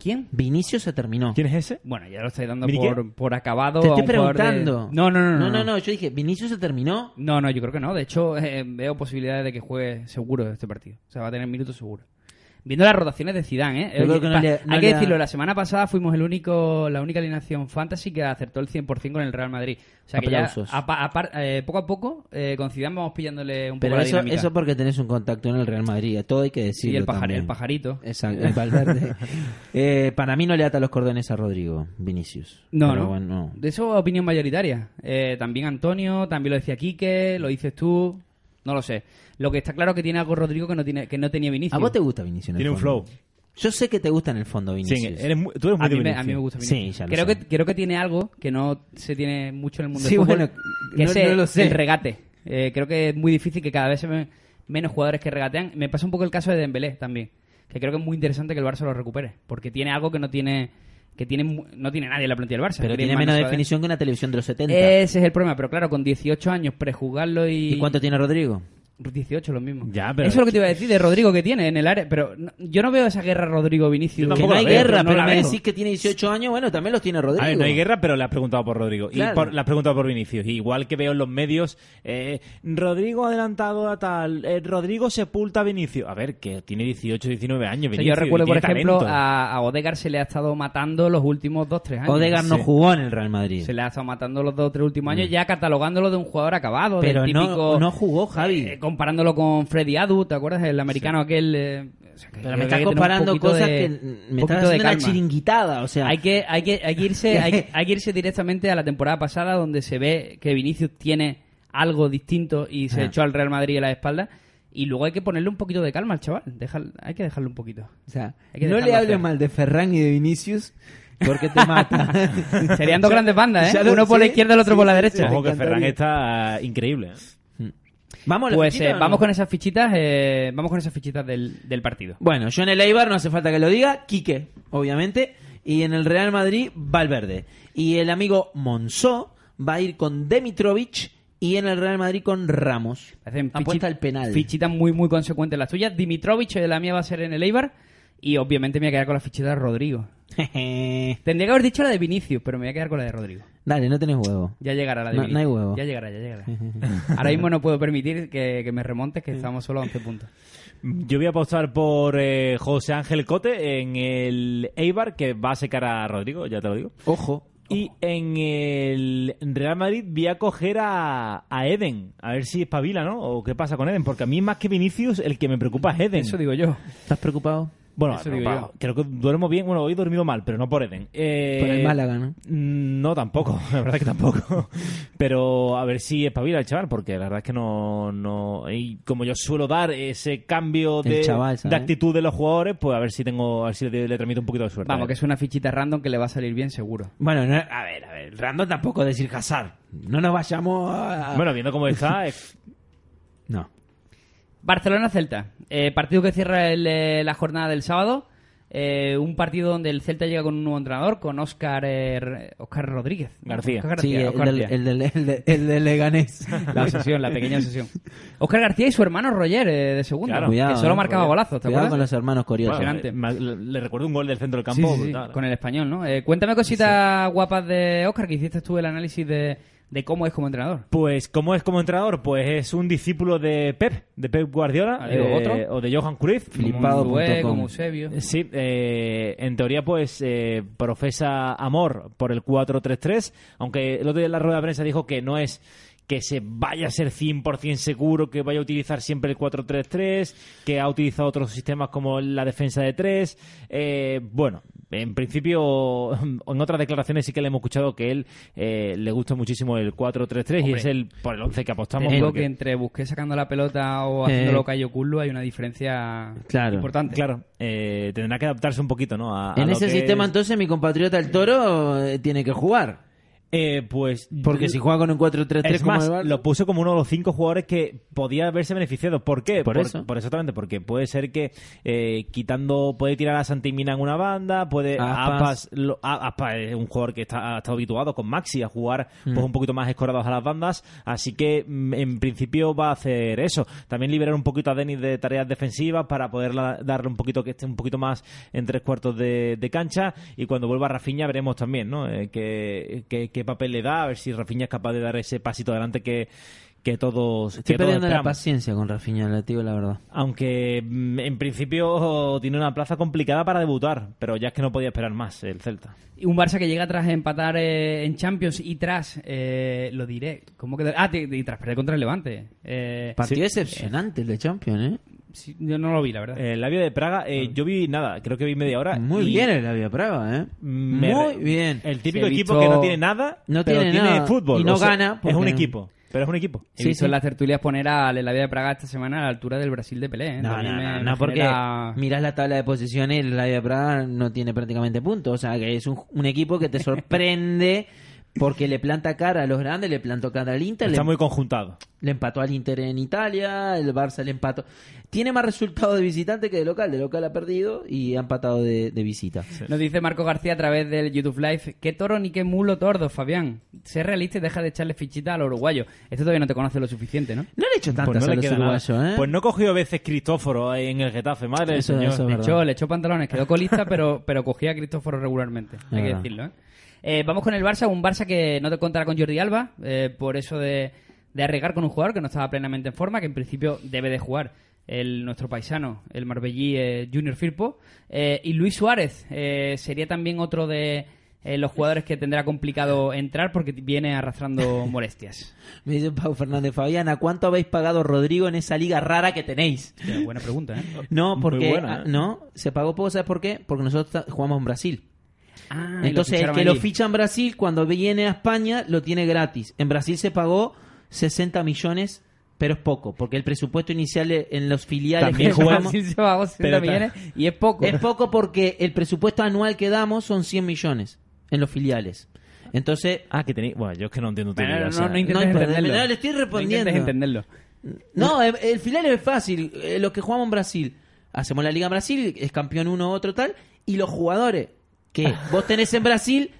S3: ¿Quién?
S4: Vinicius se terminó.
S5: ¿Quién es ese?
S3: Bueno, ya lo estáis dando
S5: ¿Miri qué?
S3: por, por acabado.
S4: Te
S3: a
S4: estoy
S3: un jugador de-
S4: preguntando.
S3: No, no, no, no.
S4: no, yo dije, Vinicius se terminó.
S3: No, no, yo creo que no. De hecho, eh, veo posibilidades de que juegue seguro este partido. O sea, va a tener minutos seguro. Viendo las rotaciones de Zidane, ¿eh?
S4: Yo creo que no
S3: pa-
S4: le- no
S3: hay que
S4: le ha-
S3: decirlo, la semana pasada fuimos el único, la única alineación fantasy que acertó el 100% con el Real Madrid. O sea que ya,
S4: Aplausos.
S3: apa- apar- eh, poco a poco, eh, con Zidane vamos pillándole un poco
S4: Pero
S3: la
S4: eso,
S3: dinámica.
S4: eso porque tenés un contacto en el Real Madrid, todo hay que
S3: sí,
S4: decirlo.
S3: el, pajar-
S4: también.
S3: el pajarito.
S4: Exacto, el Valverde. Eh, para mí no le ata los cordones a Rodrigo, Vinicius.
S3: No,
S4: Pero
S3: no.
S4: bueno,
S3: De eso opinión mayoritaria. Eh, también Antonio, también lo decía Quique, lo dices tú, no lo sé. Lo que está claro que tiene algo Rodrigo que no tiene, que no tenía Vinicius.
S4: ¿A vos te gusta Vinicius? en el
S5: Tiene un
S4: fondo?
S5: flow.
S4: Yo sé que te gusta en el fondo
S5: Sí,
S4: Vinicius.
S5: eres muy- tú eres muy
S3: a, mí me,
S5: de
S3: a mí me gusta
S4: Sí,
S3: Vinicius.
S4: ya lo
S3: creo,
S4: sé.
S3: que, creo que tiene algo que no se tiene mucho en el mundo
S4: Sí,
S3: del fútbol.
S4: bueno,
S3: que
S4: no-
S3: es el-
S4: no lo sé.
S3: el regate. Eh, creo que es muy difícil que cada vez se ven menos jugadores que regatean. Me pasa un poco el caso de Dembélé también, que creo que es muy interesante que el Barça lo recupere, porque tiene algo que no tiene que tiene mu- no tiene nadie en la plantilla del Barça.
S4: Pero
S3: Griezmann
S4: tiene
S3: no
S4: menos
S3: se va de-
S4: definición que
S3: Eh,
S4: una televisión de los 70.
S3: Ese es el problema, pero claro, con 18 años prejugarlo y
S4: ¿Y cuánto tiene Rodrigo?
S3: 18 lo mismo.
S5: Ya, pero-
S3: Eso es lo que te iba a decir de Rodrigo que tiene en el área. Pero no- yo no veo esa guerra Rodrigo-Vinicius.
S5: Yo
S4: Que
S5: tampoco
S4: no hay
S5: la veo,
S4: guerra,
S3: no
S4: pero
S3: la
S4: me
S3: veo.
S4: decís que tiene 18 años, bueno, también los tiene Rodrigo.
S5: A ver, no hay guerra, pero la has preguntado por Rodrigo.
S4: Claro.
S5: Y por, la has preguntado por Vinicius. Igual que veo en los medios, eh, Rodrigo adelantado a tal, eh, Rodrigo sepulta a Vinicius. A ver, que tiene 18, 19 años.
S3: O sea,
S5: Vinicius,
S3: yo recuerdo,
S5: y
S3: por
S5: tiene
S3: ejemplo,
S5: talento.
S3: a, a Odegar se le ha estado matando los últimos 2-3 años.
S4: Odegaard no
S5: Sí. Mm.
S4: jugó en el Real Madrid.
S3: Se le ha estado matando los 2-3 últimos años, ya catalogándolo de un jugador acabado. del
S4: Pero no-
S3: típico,
S4: no jugó, Javi.
S3: eh, comparándolo con Freddy Adu, ¿te acuerdas? El americano aquel. eh, o sea, que yo
S4: Pero me
S3: creo que hay
S4: estás
S3: que tener un
S4: comparando
S3: poquito
S4: cosas
S3: de-
S4: que
S3: un
S4: me
S3: poquito
S4: estás
S3: de
S4: haciendo una
S3: calma.
S4: chiringuitada, o sea,
S3: Hay que, hay que, hay que irse, hay, que- hay que irse directamente a la temporada pasada donde se ve que Vinicius tiene algo distinto y se
S4: Ah.
S3: echó al Real Madrid a la espalda. Y luego hay que ponerle un poquito de calma al chaval. Dejar- hay que dejarlo un poquito.
S4: o sea,
S3: hay que
S4: no le
S3: dejarlo
S4: hables
S3: hacer.
S4: mal de Ferran y de Vinicius porque te mata.
S3: Serían dos grandes bandas,
S4: Ya
S3: ¿eh?
S4: lo-
S3: Uno por la
S4: sí,
S3: izquierda, el otro
S4: sí,
S3: por la
S4: sí,
S3: derecha.
S4: sí,
S5: Ojo
S4: me
S5: que Ferran
S4: encantaría.
S5: está increíble. ¿eh?
S4: Vamos a la
S3: Pues
S4: fichita,
S3: eh,
S4: ¿o no?
S3: vamos con esas fichitas, eh, vamos con esas fichitas del, del partido.
S4: Bueno, yo en el Eibar no hace falta que lo diga, Quique, obviamente, y en el Real Madrid Valverde. Y el amigo Monzó va a ir con Demitrovic y en el Real Madrid con Ramos.
S3: Parecen
S4: Apuesta
S3: fichi-
S4: al penal.
S3: Fichitas muy, muy consecuentes las tuyas. Dimitrovic, eh, la mía va a ser en el Eibar. Y obviamente me voy a quedar con la fichita de Rodrigo.
S4: Jeje.
S3: Tendría que haber dicho la de Vinicius, pero me voy a quedar con la de Rodrigo.
S4: Dale, no tenés huevo.
S3: Ya llegará la de
S4: No-
S3: Vinicius.
S4: no hay huevo.
S3: Ya llegará, ya llegará. Ahora mismo no puedo permitir que, que me remontes, que estamos solo a 11 puntos.
S5: Yo voy a apostar por eh, José Ángel Cote en el Eibar, que va a secar a Rodrigo, ya te lo digo.
S4: Ojo.
S5: Y en el Real Madrid voy a coger a, a Eden, a ver si espabila, ¿no? O qué pasa con Eden, porque a mí más que Vinicius, el que me preocupa es Eden.
S3: Eso digo yo.
S4: ¿Estás preocupado?
S5: bueno,
S3: eso digo
S5: pa-
S3: yo.
S5: creo que duermo bien, bueno, hoy he dormido mal, pero no por Eden. Eh,
S4: Por el Málaga, ¿no?
S5: mm, No, tampoco, la verdad es que tampoco. Pero a ver si espabila el chaval, porque la verdad es que no. no y como yo suelo dar ese cambio
S4: El
S5: de,
S4: chaval, ¿sabes?
S5: de actitud de los jugadores, pues a ver si tengo a ver si le, le transmito un poquito de suerte.
S3: Vamos, que es una fichita random que le va a salir bien seguro.
S4: Bueno, no- a ver, a ver. Random tampoco decir Hazard. No nos vayamos a...
S5: Bueno, viendo cómo está, es-
S4: No.
S3: Barcelona-Celta. Eh, partido que cierra el, eh, la jornada del sábado. Eh, un partido donde el Celta llega con un nuevo entrenador, con Óscar eh, Óscar Rodríguez.
S5: García.
S3: Óscar
S4: Sí, el
S3: Óscar
S4: del,
S3: García.
S4: el, del, el, del- el del Leganés.
S3: La obsesión, la pequeña obsesión. Óscar García y su hermano Roger, eh, de segundo,
S5: Claro.
S4: Cuidado,
S3: que solo
S4: eh,
S3: marcaba
S5: Roger.
S3: golazos, ¿te
S4: Cuidado
S3: acuerdas?
S4: con los hermanos curiosos.
S5: Bueno,
S3: Impresionante.
S5: ma- le, le recuerdo un gol del centro del
S3: Sí,
S5: campo.
S3: sí, sí,
S5: brutal.
S3: con el español, ¿no? Eh, cuéntame cositas guapas de Óscar, que hiciste tú el análisis de, de cómo es como entrenador.
S5: Pues, ¿cómo es como entrenador? Pues es un discípulo de Pep, de Pep Guardiola,
S3: Ah, digo,
S5: eh,
S3: otro.
S5: o de Johan Cruyff.
S4: Flipado
S3: Como Unzué,
S4: punto com.
S3: como Eusebio.
S5: Sí, eh, en teoría, pues eh, profesa amor por el 4-3-3, aunque el otro día en la rueda de prensa dijo que no es que se vaya a ser 100% seguro, que vaya a utilizar siempre el 4-3-3, que ha utilizado otros sistemas como la defensa de 3. Eh, bueno, en principio, en otras declaraciones sí que le hemos escuchado que él eh, le gusta muchísimo el 4-3-3 y
S3: Hombre.
S5: es el por el 11 que apostamos.
S3: Te digo
S5: porque-
S3: que entre busqué sacando la pelota o haciéndolo
S4: Eh,
S3: callo culo hay una diferencia
S4: claro,
S3: importante.
S5: Claro, eh, tendrá que adaptarse un poquito, ¿no? A- a
S4: En
S5: lo
S4: ese
S5: que
S4: sistema,
S5: es-
S4: entonces, mi compatriota el toro eh, tiene que jugar.
S5: Eh, pues
S4: Porque si juega con un 4-3-3
S5: Es
S4: como
S5: más,
S4: el Barça-
S5: lo puso como uno de los cinco jugadores que podía haberse beneficiado. ¿Por qué?
S4: Por eso.
S5: Por exactamente, porque puede ser que eh, quitando, puede tirar a Santimina en una banda, puede
S4: Aspas.
S5: Aspas, Eh, lo- a- Aspas es un jugador que está, ha estado habituado con Maxi a jugar
S4: Mm.
S5: pues un poquito más escorados a las bandas, así que mm, en principio va a hacer eso. También liberar un poquito a Denis de tareas defensivas para poder la- darle un poquito que esté un poquito más en tres cuartos de, de cancha y cuando vuelva Rafinha veremos también, ¿no? Eh, qué, qué- qué papel le da, a ver si Rafinha es capaz de dar ese pasito adelante que que todos
S4: Estoy
S5: que todos
S4: perdiendo la
S5: esperamos.
S4: paciencia con Rafinha, le digo la verdad.
S5: Aunque mm, en principio tiene una plaza complicada para debutar, pero ya es que no podía esperar más el Celta.
S3: Y Un Barça que llega tras empatar eh, en Champions y tras, eh, lo diré, ¿cómo quedó? Ah, te- y tras perder contra el Levante. Eh,
S4: Partido excepcionante el de Champions, ¿eh?
S3: sí, yo no lo vi, la verdad.
S5: El labio de Praga, eh, yo vi nada, creo que vi media hora.
S4: Muy
S5: Ah, y
S4: bien el Labia Praga, ¿eh?
S5: me
S4: Muy
S5: re-
S4: bien.
S5: El típico
S3: Se
S5: equipo
S3: visto-
S5: que no tiene nada,
S4: No
S5: pero
S4: tiene
S5: tiene,
S4: nada
S5: fútbol.
S4: y no
S5: o sea,
S4: gana
S5: Es
S4: porque-
S5: un equipo, pero es un equipo.
S3: He
S4: sí,
S3: visto
S4: sí.
S3: en las tertulias poner a la Vía de Praga esta semana a la altura del Brasil de Pelé. ¿eh?
S4: No,
S3: A mí
S4: no,
S3: me-
S4: no,
S3: me
S4: no, porque
S3: genera-
S4: mirás la tabla de posiciones y el Labia Praga no tiene prácticamente puntos. O sea, que es un, un equipo que te sorprende, Porque le planta cara a los grandes, le plantó cara al Inter,
S5: Está
S4: le,
S5: muy conjuntado.
S4: le empató al Inter en Italia, el Barça le empató. Tiene más resultado de visitante que de local. De local ha perdido y ha empatado de, de visita.
S3: Nos dice Marco García a través del YouTube Live, qué toro ni qué mulo tordo, Fabián. Sé realista y deja de echarle fichita al uruguayo. Este todavía no te conoce lo suficiente, ¿no?
S4: No le he hecho tantas
S5: Pues no
S4: a
S5: le
S4: los
S5: queda nada.
S4: uruguayos, ¿eh?
S5: Pues no cogió veces Cristóforo ahí en el Getafe, madre del
S4: Eso-
S5: señor.
S4: eso-
S3: Le
S4: verdad.
S3: echó, le echó pantalones, quedó colista, pero, pero cogía a Cristóforo regularmente, hay que
S4: verdad.
S3: decirlo. ¿eh? Eh, vamos con el Barça, un Barça que no te contará con Jordi Alba, eh, por eso de, de arregar con un jugador que no estaba plenamente en forma, que en principio debe de jugar el nuestro paisano, el marbellí eh, Junior Firpo. Eh, y Luis Suárez eh, sería también otro de eh, los jugadores que tendrá complicado entrar porque viene arrastrando molestias.
S4: Me dice Pau Fernández Fabiana, ¿cuánto habéis pagado Rodrigo en esa liga rara que tenéis?
S3: Hostia, buena pregunta, ¿eh?
S4: No,
S5: Muy
S4: porque
S5: buena,
S4: ah,
S5: ¿eh?
S4: no, se pagó poco, ¿sabes por qué? Porque nosotros ta- jugamos en Brasil.
S3: Ah, y lo
S4: Entonces, el
S3: ficharon
S4: que lo
S3: allí.
S4: ficha en Brasil, cuando viene a España, lo tiene gratis. En Brasil se pagó 60 millones, pero es poco, porque el presupuesto inicial e- en los filiales
S5: También
S4: que llamamos-
S5: jugamos-
S3: Sí, se pagó 60
S5: Pero ta-
S3: millones y es poco.
S4: es poco porque el presupuesto anual que damos son 100 millones en los filiales. Entonces,
S5: Ah, que tenéis. Bueno, yo es que no entiendo tu
S3: Bueno,
S5: liga,
S3: no,
S5: o sea,
S3: no intentes
S4: no, pero-
S3: entenderlo.
S4: no, le estoy respondiendo.
S3: No intentes entenderlo.
S4: No, el, el filial es fácil. eh, Los que jugamos en Brasil, hacemos la Liga en Brasil, es campeón uno, otro tal. Y los jugadores que vos tenés en Brasil,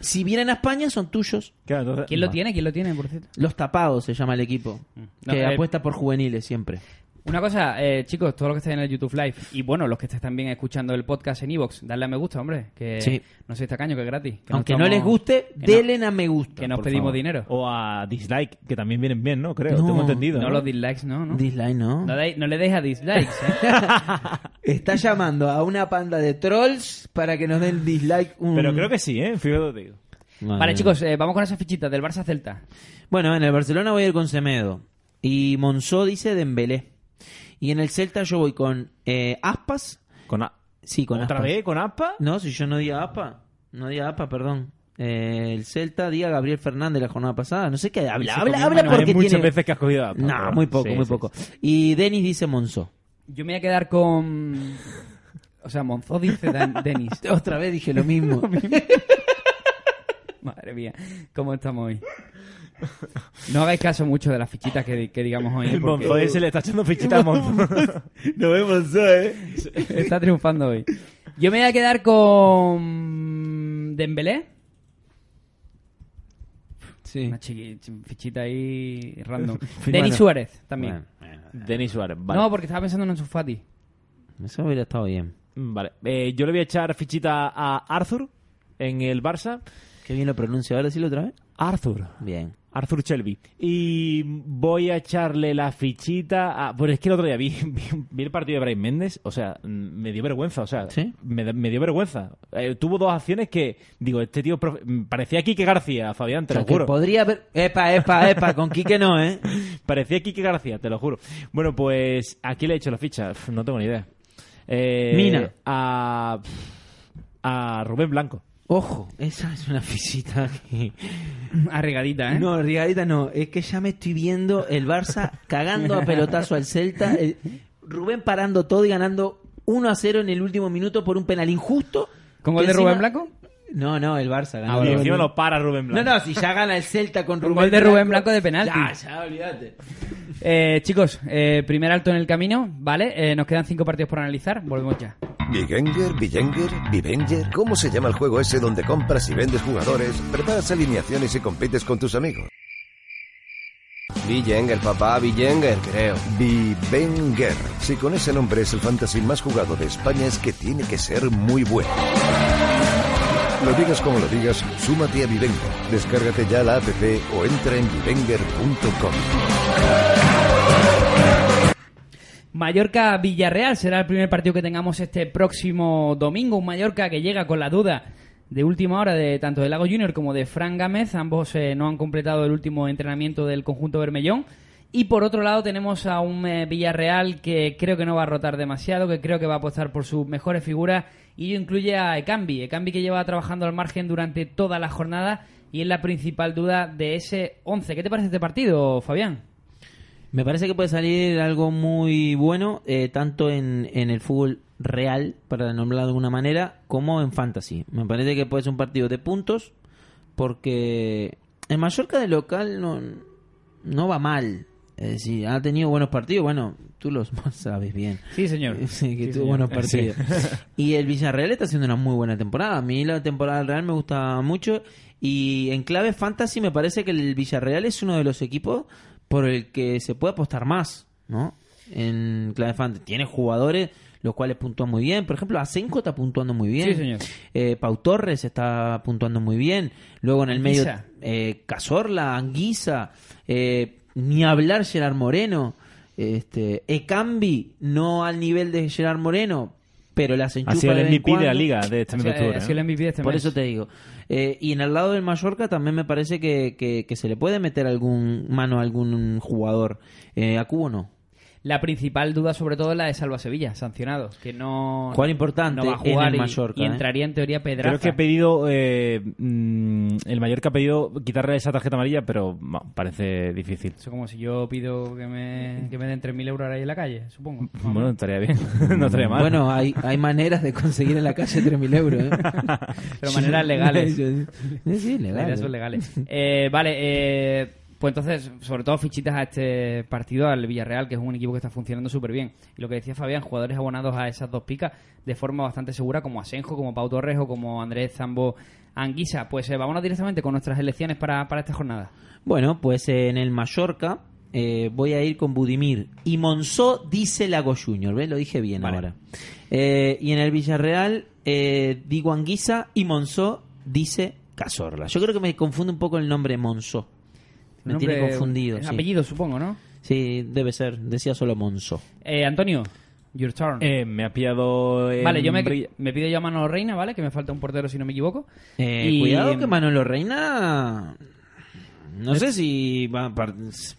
S4: si vienen a España, son tuyos.
S5: Claro, entonces-
S3: ¿Quién lo
S5: Va.
S3: tiene? ¿Quién lo tiene, por cierto?
S4: Los tapados se llama el equipo.
S3: No,
S4: que
S3: eh,
S4: apuesta por juveniles siempre.
S3: Una cosa, eh, chicos, todos los que estén en el YouTube Live y bueno, los que estén también escuchando el podcast en Evox, darle a me gusta, hombre. Que
S4: Sí.
S3: no sois tacaños, que es gratis. que
S4: Aunque
S3: estamos-
S4: no les guste,
S3: que no-
S4: denle a me gusta.
S3: que nos
S4: por
S3: pedimos
S4: favor.
S3: dinero.
S5: O a Dislike, que también vienen bien, ¿no? Creo,
S4: No,
S5: tengo entendido.
S3: No,
S5: ¿no?
S3: los dislikes, no, no.
S4: Dislike, no.
S3: No, dais- no le deis a dislikes. ¿eh?
S4: Está llamando a una panda de trolls para que nos den dislike. un-
S5: Pero creo que sí, ¿eh? Fíjate, te digo.
S4: Madre
S3: vale,
S4: mía.
S3: chicos, eh, vamos con esas fichitas del Barça Celta.
S4: Bueno, en el Barcelona voy a ir con Semedo. Y Monzó dice Dembélé. Y en el Celta yo voy con eh, Aspas.
S5: Con a-
S4: Sí, con
S5: ¿Otra
S4: Aspas.
S5: vez? ¿Con APA?
S4: No, si yo no di a Aspa. No di a Aspa, perdón. Eh, el Celta di a Gabriel Fernández la jornada pasada. No sé qué. Habla,
S3: se
S4: habla,
S3: comió
S4: habla
S3: una-
S4: porque
S5: Hay muchas
S4: tiene...
S5: veces que has cogido APA.
S4: No,
S5: pero-
S4: muy poco,
S5: Sí,
S4: muy
S5: sí,
S4: poco.
S5: sí.
S4: Y Denis dice Monzó.
S3: Yo me voy a quedar con. O sea, Monzó dice Dan- Denis.
S4: Otra vez dije lo mismo.
S3: Madre mía, ¿cómo estamos hoy? No hagáis caso mucho de las fichitas que, que digamos hoy. ¿eh?
S5: El
S3: porque-
S5: Monzó ese le está echando fichita a Monzó.
S4: no es Monzó, ¿eh?
S3: Está triunfando hoy. Yo me voy a quedar con Dembélé.
S4: Sí.
S3: Una chiqui- chi- fichita ahí random.
S4: Bueno.
S3: Denis Suárez también.
S5: Denis Suárez, vale.
S3: No, porque estaba pensando en Ansu Fati.
S4: Eso hubiera estado bien.
S5: Mm, Vale. Eh, yo le voy a echar fichita a Arthur en el Barça.
S4: Qué bien lo pronuncio. Ahora decirlo otra vez.
S5: Arthur.
S4: Bien.
S5: Arthur Shelby. Y voy a echarle la fichita a... Pues es que el otro día vi, vi- vi el partido de Brian Méndez, o sea, mm, me dio vergüenza, o sea,
S4: ¿Sí?
S5: me, da- me dio vergüenza. Eh, tuvo dos acciones que, digo, este tío profe- mm, parecía Quique García, Fabián,
S4: O
S5: te
S4: sea,
S5: lo
S4: que
S5: juro.
S4: podría haber... Epa, epa, epa. Con Quique no, ¿eh?
S5: Parecía Quique García, te lo juro. Bueno, pues, ¿a quién le he hecho la ficha? Pf, No tengo ni idea. Eh,
S4: Mina.
S5: A, a Rubén Blanco.
S4: Ojo, esa es una fisita que...
S3: Arrigadita, ¿eh?
S4: No, Rigadita no, es que ya me estoy viendo el Barça cagando a pelotazo al Celta, el- Rubén parando todo y ganando 1 a 0 en el último minuto por un penal injusto.
S3: ¿Con gol
S4: Que
S3: de Rubén
S4: encima-
S3: Blanco?
S4: No, no, el Barça ganó.
S5: y
S4: el
S5: Ah, encima
S4: gol.
S5: lo para Rubén Blanco.
S4: No, no, si ya gana el Celta con
S3: Con
S4: Rubén
S3: gol de Rubén Blanco de penalti.
S4: Ya, ya, olvídate.
S3: Eh, chicos, eh, primer alto en el camino, ¿vale? Eh, nos quedan cinco partidos por analizar. Volvemos ya.
S1: Vigenger, Vigenger, Vivenger. ¿Cómo se llama el juego ese donde compras y vendes jugadores, preparas alineaciones y compites con tus amigos?
S7: Villenguer, papá, Villenguer, creo.
S1: Vivenger. Si con ese nombre es el fantasy más jugado de España, es que tiene que ser muy bueno. Lo digas como lo digas, súmate a Vivenger. Descárgate ya la app o entra en vivenger.com.
S3: Mallorca Villarreal será el primer partido que tengamos este próximo domingo. Un Mallorca que llega con la duda de última hora de tanto de Lago Junior como de Fran Gámez. Ambos eh, no han completado el último entrenamiento del conjunto Bermellón. Y por otro lado tenemos a un eh, Villarreal que creo que no va a rotar demasiado, que creo que va a apostar por sus mejores figuras. Y ello incluye a Ekambi, Ekambi que lleva trabajando al margen durante toda la jornada y es la principal duda de ese 11. ¿Qué te parece este partido, Fabián?
S4: Me parece que puede salir algo muy bueno, eh, tanto en, en el fútbol real, para nombrarlo de alguna manera, como en fantasy. Me parece que puede ser un partido de puntos, porque en Mallorca de local no, no va mal. Es decir, ha tenido buenos partidos, bueno, tú los sabes bien.
S3: Sí, señor.
S4: Sí, que tuvo
S5: Sí, señor.
S4: buenos partidos. Y el Villarreal está haciendo una muy buena temporada. A mí la temporada del Real me gusta mucho. Y en clave fantasy me parece que el Villarreal es uno de los equipos por el que se puede apostar más, ¿no? En clave fantasy. Tiene jugadores los cuales puntúan muy bien. Por ejemplo, Asenco está puntuando muy bien.
S3: Sí, señor.
S4: Eh, Pau Torres está puntuando muy bien. Luego en el
S3: Anguisa.
S4: medio, eh, Cazorla, Anguisa, eh, ni hablar Gerard Moreno. Este, Ecambi, no al nivel de Gerard Moreno, pero las enchufa
S5: Ha sido
S4: de
S5: el
S4: vez en
S5: MVP de la
S4: cuando.
S5: liga de este esta
S3: O sea,
S5: misma
S3: eh, ha sido el MVP de este
S4: Por
S3: mes.
S4: eso te digo. Eh, y en el lado del Mallorca también me parece que, que- que se le puede meter algún mano a algún jugador. Eh, a Cubo no.
S3: La principal duda, sobre todo, es la de Salva Sevilla, sancionado. Que no.
S4: Jugar importante
S3: no va a jugar
S4: en el
S3: y-
S4: Mallorca,
S3: Y
S4: ¿eh?
S3: entraría en teoría Pedraza.
S5: Creo que ha pedido. eh, mm, el Mallorca ha pedido quitarle esa tarjeta amarilla, pero ma, parece difícil.
S3: Eso como si yo pido que me, que me den 3.000 euros ahora ahí en la calle, supongo. Más o
S5: Bueno,
S3: menos.
S5: estaría bien. no estaría mal.
S4: Bueno, hay, hay maneras de conseguir en la calle 3.000 euros. ¿eh?
S3: Pero maneras legales.
S4: Sí, sí,
S3: Las ideas
S4: legales.
S3: son legales. Eh, vale, eh, pues entonces, sobre todo fichitas a este partido, al Villarreal, que es un equipo que está funcionando súper bien. Y lo que decía Fabián, jugadores abonados a esas dos picas de forma bastante segura, como Asenjo, como Pau Torres o como Andrés Zambo Anguisa. Pues eh, vámonos directamente con nuestras elecciones para, para esta jornada.
S4: Bueno, pues eh, en el Mallorca eh, voy a ir con Budimir. Y Monzó dice Lago Junior, ¿ves? Lo dije bien
S5: Vale.
S4: ahora. Eh, y en el Villarreal eh, digo Anguisa y Monzó dice Cazorla. Yo creo que me confunde un poco el nombre Monzó. Me
S3: Nombre-
S4: tiene confundido.
S3: es
S4: Sí.
S3: Apellido, supongo, ¿no?
S4: Sí, debe ser. Decía solo Monzó.
S3: Eh, Antonio, your turn.
S5: Eh, em, me ha pillado. en
S3: Vale, yo me,
S5: Bri-
S3: me pido yo a Manolo Reina, ¿vale? Que me falta un portero si no me equivoco.
S4: Eh,
S3: Y- em,
S4: Cuidado que Manolo Reina... No sé si va a... par-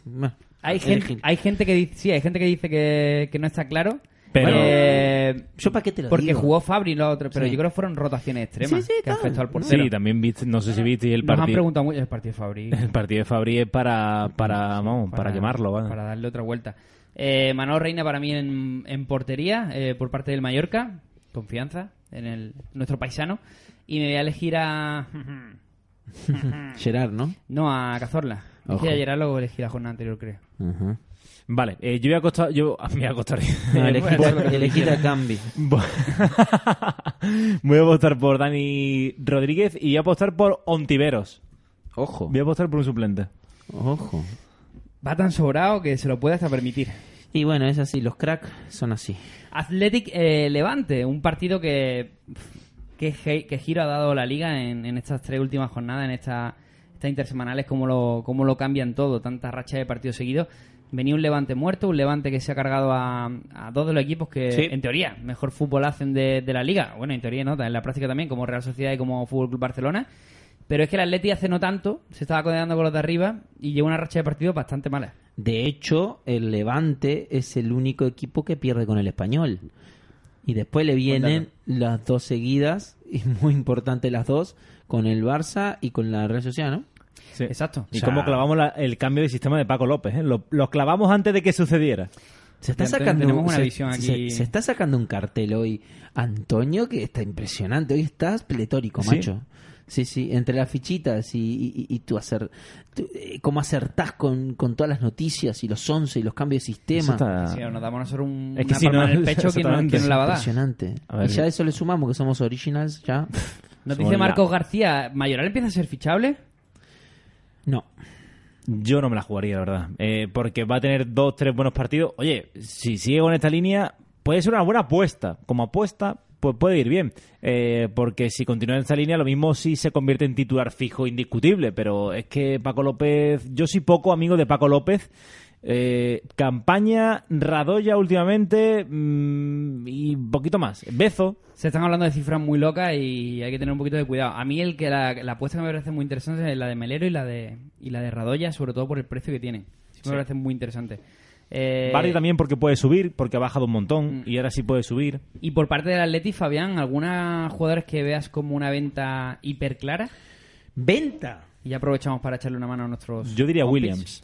S4: bueno,
S3: Hay
S4: elegir.
S3: gente, hay gente que dice, sí, hay gente que dice que, que no está claro.
S5: Pero-
S3: Eh,
S4: ¿Yo para qué te lo
S3: porque
S4: digo?
S3: jugó Fabri los otros, pero
S4: Sí.
S3: yo creo que fueron rotaciones extremas
S4: Sí, sí,
S3: que
S4: claro.
S3: afectó al
S4: No.
S3: portero.
S5: Sí, también viste, no sé si viste el
S3: Nos han
S5: partido.
S3: preguntado mucho el partido de Fabri.
S5: El partido de Fabri es para, para, vamos, para, quemarlo, ¿vale?
S3: Para darle otra vuelta. Eh, Manolo Reina para mí en, en portería, eh, por parte del Mallorca. Confianza en el, nuestro paisano. Y me voy a elegir a...
S4: Mm. Gerard, ¿no?
S3: No, a Cazorla. Dije
S4: Ojo.
S3: a Gerard, luego elegí la jornada anterior, creo.
S4: Ajá.
S5: Vale, eh, yo voy a acostar. Yo, ah, me voy a acostar.
S4: No,
S5: Voy a-
S4: elegí- elegí a Cambi.
S5: Voy voy a apostar por Dani Rodríguez y voy a apostar por Ontiveros.
S4: Ojo.
S5: Voy a apostar por un suplente.
S4: Ojo.
S3: Va tan sobrado que se lo puede hasta permitir.
S4: Y bueno, es así, los crack son así.
S3: Athletic eh, Levante, un partido que, que, ge- que giro ha dado la liga en, en estas tres últimas jornadas, en esta- estas intersemanales, cómo lo, cómo lo cambian todo, tanta racha de partidos seguidos. Venía un Levante muerto, un Levante que se ha cargado a, a dos de los equipos que,
S4: Sí.
S3: en teoría, mejor fútbol hacen de, de la liga. Bueno, en teoría no, en la práctica también, como Real Sociedad y como Fútbol Club Barcelona. Pero es que el Atleti hace no tanto, se estaba codeando con los de arriba y lleva una racha de partidos bastante mala.
S4: De hecho, el Levante es el único equipo que pierde con el español. Y después le vienen las dos seguidas, y muy importante las dos, con el Barça y con la Real Sociedad, ¿no?
S3: Exacto.
S5: Y
S4: O sea-
S5: cómo clavamos la- el cambio de sistema de Paco López, ¿eh? Lo, lo clavamos antes de que sucediera.
S4: Se está
S3: Ya ten-
S4: sacando
S3: tenemos una
S4: se-
S3: visión
S4: se-
S3: aquí.
S4: se está sacando un cartel hoy, Antonio, que está impresionante. Hoy estás pletórico,
S5: ¿Sí?
S4: macho. Sí, sí, entre las fichitas y, y- y tú hacer. tú, eh, cómo acertás con, con todas las noticias y los 11 y los cambios de
S5: Eso
S4: sistema.
S5: está-
S3: Sí, nos damos nosotros un,
S5: Es que
S3: una
S5: si
S3: palma
S5: no-
S3: en el pecho, ¿quién, no-
S5: exactamente.
S3: quién no la va a dar?
S4: Impresionante.
S5: A ver,
S4: y
S5: yo-
S4: ya eso le sumamos que somos originals, ya.
S3: Nos
S5: Somos
S3: dice
S5: la-
S3: Marcos García, ¿Mayoral empieza a ser fichable?
S4: No.
S5: Yo no me la jugaría, la verdad. Eh, porque va a tener dos, tres buenos partidos. Oye, si sigue con esta línea, puede ser una buena apuesta. Como apuesta, pues puede ir bien. Eh, porque si continúa en esta línea, lo mismo sí se convierte en titular fijo indiscutible. Pero es que Paco López, yo soy poco amigo de Paco López. Eh, campaña, Radoya últimamente mm, y poquito más. Bezo.
S3: Se están hablando de cifras muy locas y hay que tener un poquito de cuidado. A mí el que la, la apuesta que me parece muy interesante es la de Melero y la de y la de Radoya, sobre todo por el precio que tienen. Sí me parece muy interesante. Eh,
S5: Barrio también porque puede subir, porque ha bajado un montón y ahora sí puede subir.
S3: Y por parte del Atleti, Fabián, ¿algunas jugadores que veas como una venta hiper clara?
S4: ¡Venta!
S3: Y ya aprovechamos para echarle una mano a nuestros...
S5: Yo diría
S3: compis.
S5: Williams.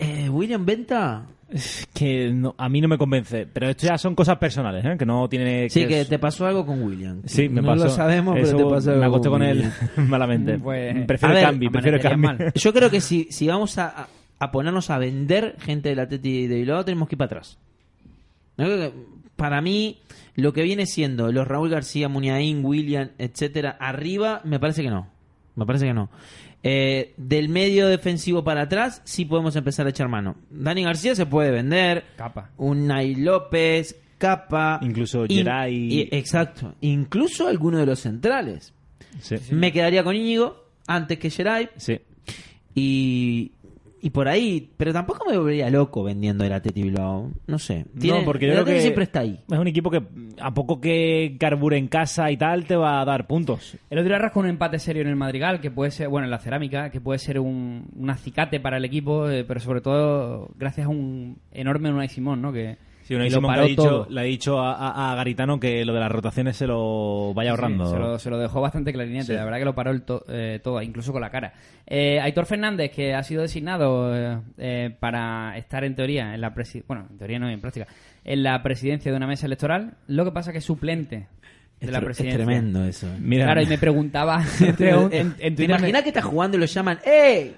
S4: Eh, William Venta.
S5: Es que no- a mí no me convence. Pero esto ya son cosas personales, ¿eh? Que no tiene...
S4: Sí, que
S5: es-
S4: te pasó algo con William.
S5: Sí, me
S4: no
S5: pasó.
S4: lo sabemos,
S5: Eso
S4: pero te pasó algo
S5: Me acosté
S4: con
S5: con él
S4: William.
S5: malamente.
S3: Pues-
S5: prefiero
S4: A ver,
S5: Cambi, prefiero
S3: amanecería
S5: Cambi.
S3: mal.
S4: Yo creo que si, si vamos a, a- a ponernos a vender gente de la Teti de Bilbao, tenemos que ir para atrás. Yo creo que Para mí, lo que viene siendo los Raúl García, Muñain, William, etcétera, arriba, me parece que no. Me parece que no. Eh, del medio defensivo para atrás, sí podemos empezar a echar mano. Dani García se puede vender.
S3: Capa.
S4: Unai López, Capa.
S5: Incluso
S4: In-
S5: Geray.
S4: y- exacto. Incluso alguno de los centrales.
S5: Sí.
S4: Me quedaría con Íñigo antes que Geray.
S5: Sí.
S4: Y, y por ahí, pero tampoco me volvería loco vendiendo el Atleti Bilbao. No sé. Tiene-
S5: no, porque yo
S4: el
S5: creo
S4: Atleti
S5: que
S4: siempre está ahí.
S5: Es un equipo que mm, a poco que carbure en casa y tal te va a dar puntos.
S3: El otro día rascó un empate serio en el Madrigal, que puede ser, bueno, en la cerámica, que puede ser un, un acicate para el equipo, eh, pero sobre todo gracias a un enorme Unai Simón, ¿no? Que,
S5: Sí, una
S3: que
S5: Simón que
S3: paró
S5: ha dicho,
S3: todo.
S5: le ha dicho a, a- a Garitano que lo de las rotaciones se lo vaya ahorrando.
S3: Sí, se, lo, se lo dejó bastante clarinete, la verdad que lo paró el to- eh, todo, incluso con la cara. Eh, Aitor Fernández, que ha sido designado eh, eh, para estar en teoría, en la presi- bueno, en teoría no, en práctica, en la presidencia de una mesa electoral, lo que pasa que es suplente de
S4: Es,
S3: la
S4: tre- es
S3: presidencia.
S4: tremendo eso. eh.
S5: Mira,
S3: Claro, y me preguntaba entre un-
S4: Eh,
S3: en, en
S4: ¿Te
S3: Twitter me-
S4: imaginas que estás jugando y lo llaman? ¡Ey!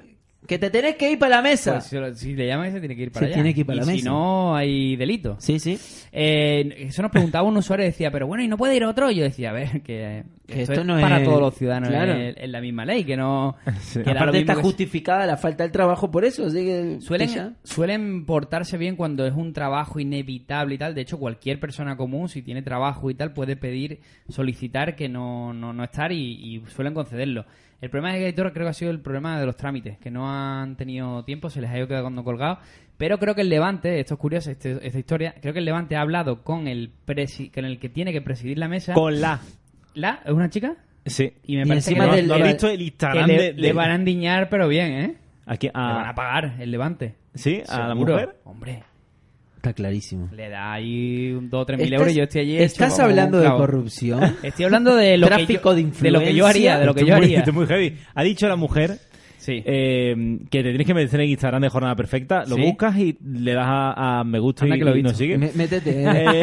S4: ¡Que te tenés que ir para la mesa!
S3: Pues, si, lo- si le llaman, se tiene que ir para
S4: Se
S3: allá.
S4: tiene que ir para
S3: y
S4: la
S3: si
S4: mesa.
S3: no, hay delito.
S4: sí, sí.
S3: Eh, eso nos preguntaba un usuario decía, pero bueno, ¿y no puede ir otro? Y yo decía, a ver, que,
S4: Que
S3: esto,
S4: esto
S3: es
S4: no
S3: para
S4: es-
S3: todos los ciudadanos
S4: Claro.
S3: es, es la misma ley, que no... que da lo
S4: Aparte
S3: mismo
S4: está
S3: que-
S4: justificada la falta del trabajo por eso. Así que
S3: Suelen,
S4: ella-
S3: suelen portarse bien cuando es un trabajo inevitable y tal. De hecho, cualquier persona común, si tiene trabajo y tal, puede pedir, solicitar que no, no, no estar y, y suelen concederlo. El problema de Gator creo que ha sido el problema de los trámites, que no han tenido tiempo, se les ha ido quedando colgados. Pero creo que el Levante, esto es curioso, este- esta historia, creo que el Levante ha hablado con el, presi- con el que tiene que presidir la mesa.
S5: Con la.
S3: ¿La? ¿Es una chica?
S5: Sí.
S3: Y me
S4: Y
S3: parece que,
S4: encima
S3: no-
S4: del-
S5: no he
S4: del-
S5: visto el
S3: que
S5: Instagram
S3: le,
S5: de, de-
S3: le van a endiñar, pero bien, ¿eh?
S5: ¿A quién?
S3: Le
S5: A-
S3: van a pagar el Levante.
S5: ¿Sí? ¿A la
S3: Seguro.
S5: mujer?
S3: Hombre,
S4: Está clarísimo.
S3: Le da ahí un 2 o 3 mil
S4: Estás-
S3: euros y yo estoy allí. hecho
S4: ¿Estás
S3: como
S4: hablando
S3: un
S4: de
S3: clavo.
S4: corrupción?
S3: Estoy hablando de lo,
S4: Tráfico
S3: que,
S4: de
S3: yo, de lo que yo
S4: influencia.
S3: haría, de lo que
S5: Esto
S3: yo
S5: es muy-
S3: haría.
S5: esto es muy heavy. Ha dicho la mujer
S3: Sí.
S5: eh, que te tienes que meter en Instagram de Jornada Perfecta. Lo
S3: Sí.
S5: buscas y le das a, a me gusta
S3: Anda
S5: y,
S3: que lo he
S5: y nos
S3: visto.
S5: sigue.
S4: Me- métete. eh.
S5: Eh,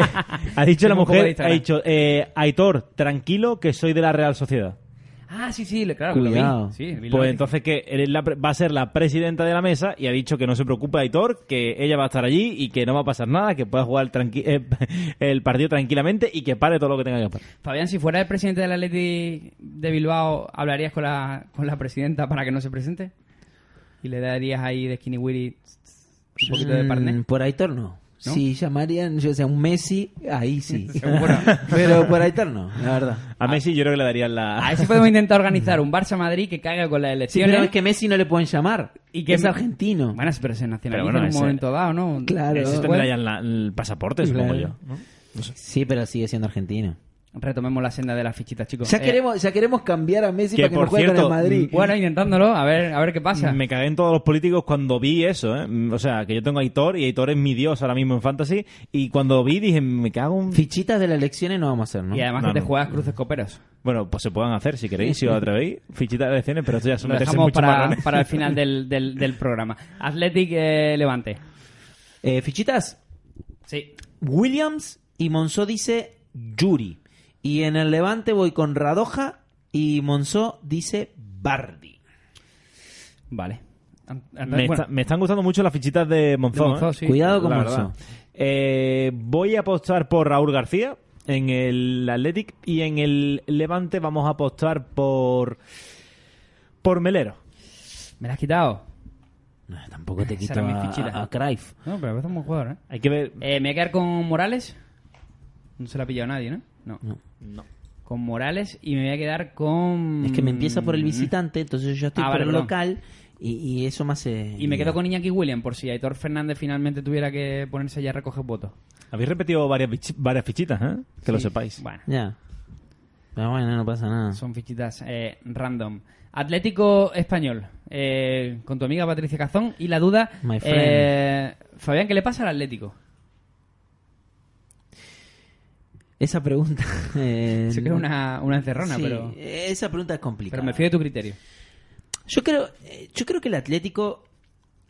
S5: ha dicho
S3: Tengo
S5: la
S3: un poco de
S5: mujer, ha
S3: Instagram.
S5: dicho, eh, Aitor, tranquilo que soy de la Real Sociedad.
S3: Ah, sí, sí, le- claro, que lo
S4: Cuidado.
S3: vi. Sí, vi la
S5: Pues
S3: noticia.
S5: entonces que él es la pre- va a ser la presidenta de la mesa y ha dicho que no se preocupe Aitor, que ella va a estar allí y que no va a pasar nada, que pueda jugar tranqui- eh, el partido tranquilamente y que pare todo lo que tenga que parar.
S3: Fabián, si fuera el presidente del Atleti de Bilbao, ¿hablarías con la, con la presidenta para que no se presente? ¿Y le darías ahí de Skinny Willy un poquito de
S4: Mm,
S3: parné?
S4: Por Aitor no.
S3: ¿No?
S4: Si llamarían, yo sé, un Messi, ahí sí.
S3: Seguro.
S4: Pero por Aitor no, la verdad.
S3: Ah.
S5: A Messi yo creo que le darían la...
S3: A ver si podemos intentar organizar un Barça-Madrid que caiga con las
S4: Sí,
S3: elecciones.
S4: pero es que Messi no le pueden llamar.
S3: Y
S4: Y
S3: que-
S4: que es argentino.
S3: Bueno, pero se nacionaliza
S5: bueno,
S3: en un
S5: ese-
S3: momento dado, ¿no?
S4: Claro.
S5: Ese
S3: Eso
S5: tendrá
S3: puede-
S5: ya la- el pasaporte, supongo
S4: Claro.
S5: yo. ¿no?
S4: Sí, pero sigue siendo argentino.
S3: Retomemos la senda de las fichitas, chicos.
S4: Ya
S3: Eh,
S4: queremos, ya queremos cambiar a Messi
S5: que
S4: para que no
S5: por
S4: juegue
S5: cierto,
S4: con el Madrid.
S3: mm, Bueno, intentándolo, a ver, a ver qué pasa.
S5: Me cagué en todos los políticos cuando vi eso, ¿eh? O sea, que yo tengo a Aitor y Aitor es mi dios ahora mismo en Fantasy. Y cuando vi dije, me cago en...
S4: Fichitas de las elecciones no vamos a hacer, ¿no?
S3: Y además
S5: No,
S3: que te
S5: no.
S3: juegas cruces coperos.
S5: Bueno, pues se puedan hacer si queréis, si os atrevéis. Fichitas de elecciones, pero esto ya son
S3: Lo
S5: meterse
S3: dejamos
S5: mucho
S3: para,
S5: marrones.
S3: para el final del, del, del programa. Athletic eh, Levante.
S4: Eh, fichitas,
S3: Sí.
S4: Williams y Monzó dice Yuri. Y en el Levante voy con Radoja y Monzó dice Bardi.
S3: Vale. An- an-
S5: Me,
S3: bueno,
S5: está- me están gustando mucho las fichitas de Monzón.
S3: de Monzón,
S5: ¿eh?
S3: sí.
S4: Cuidado con
S5: La
S4: Monzó.
S5: verdad. Eh, voy a apostar por Raúl García en el Athletic y en el Levante vamos a apostar por por Melero.
S3: Me la has quitado.
S4: No, tampoco te
S3: Esa
S4: quito
S3: era mi
S4: a,
S3: fichita.
S4: a, a Cruyff.
S3: No, pero es un buen jugador, ¿eh?
S5: Hay que ver.
S3: Eh, Me voy a quedar con Morales. No se la ha pillado nadie, ¿no? No.
S4: No.
S3: Con Morales y me voy a quedar con...
S4: Es que me empieza por el visitante, entonces yo estoy
S3: Mm. Ah,
S4: por
S3: vale,
S4: el
S3: perdón.
S4: local y, y eso más. eh,
S3: Y me quedo con Iñaki William por si Aitor Fernández finalmente tuviera que ponerse ya a recoger votos.
S5: Habéis repetido varias, fichi- varias fichitas, ¿eh? Que lo
S3: Sí.
S5: sepáis.
S3: Bueno.
S4: Ya. Pero bueno, no pasa nada.
S3: Son fichitas eh, random. Atlético Español, eh, con tu amiga Patricia Cazón. Y la duda,
S4: My friend.
S3: eh, Fabián, ¿qué le pasa al Atlético?
S4: Esa pregunta. eh,
S3: Sé que es una, una encerrona,
S4: sí,
S3: pero,
S4: Esa pregunta es complicada.
S3: pero me fío de tu criterio.
S4: Yo creo, eh, yo creo que el Atlético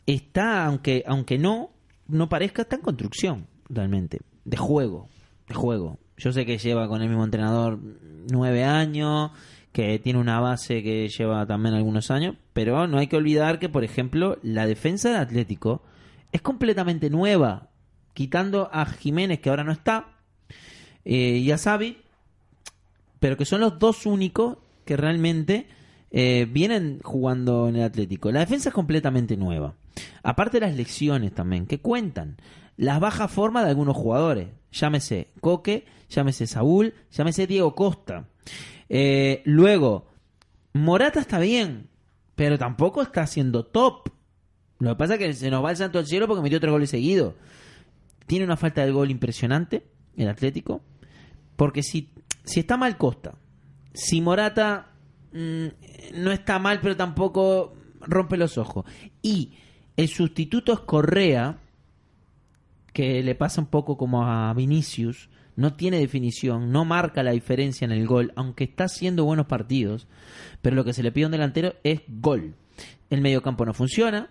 S4: está, aunque, aunque no, no parezca, está en construcción, realmente, de juego, de juego. Yo sé que lleva con el mismo entrenador nueve años, que tiene una base que lleva también algunos años, pero no hay que olvidar que, por ejemplo, la defensa del Atlético es completamente nueva, quitando a Jiménez, que ahora no está, eh, y a Xavi, pero que son los dos únicos que realmente eh, vienen jugando en el Atlético. La defensa es completamente nueva. Aparte de las lecciones también, que cuentan. Las bajas formas de algunos jugadores. Llámese Coque, llámese Saúl, llámese Diego Costa. Eh, luego, Morata está bien, pero tampoco está siendo top. Lo que pasa es que se nos va el santo al cielo porque metió tres goles seguidos. Tiene una falta de gol impresionante el Atlético. Porque si, si está mal Costa, si Morata mm, no está mal, pero tampoco rompe los ojos. Y el sustituto es Correa, que le pasa un poco como a Vinicius. No tiene definición, no marca la diferencia en el gol, aunque está haciendo buenos partidos. Pero lo que se le pide a un delantero es gol. El mediocampo no funciona.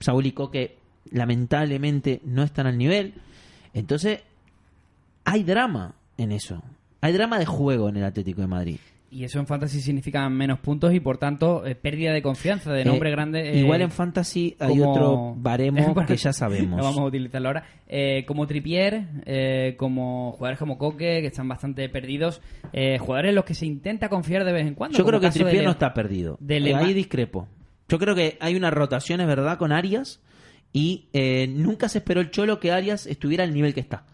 S4: Saúl y Coque lamentablemente no están al nivel. Entonces, hay drama en eso. Hay drama de juego en el Atlético de Madrid.
S3: Y eso en Fantasy significa menos puntos y por tanto eh, pérdida de confianza de nombre
S4: Eh,
S3: grande. eh,
S4: igual en Fantasy hay
S3: como-
S4: otro baremo
S3: Bueno,
S4: que ya sabemos.
S3: No vamos a utilizarlo ahora. Eh, como Tripier, eh, como jugadores como Coque, que están bastante perdidos. eh, jugadores en los que se intenta confiar de vez en cuando.
S4: Yo
S3: como
S4: creo que
S3: caso de
S4: Trippier
S3: Le-
S4: no está perdido.
S3: de
S4: Eh,
S3: Lema-
S4: Ahí discrepo. Yo creo que hay una rotación, es verdad, con Arias. Y eh, nunca se esperó el Cholo que Arias estuviera al nivel que está.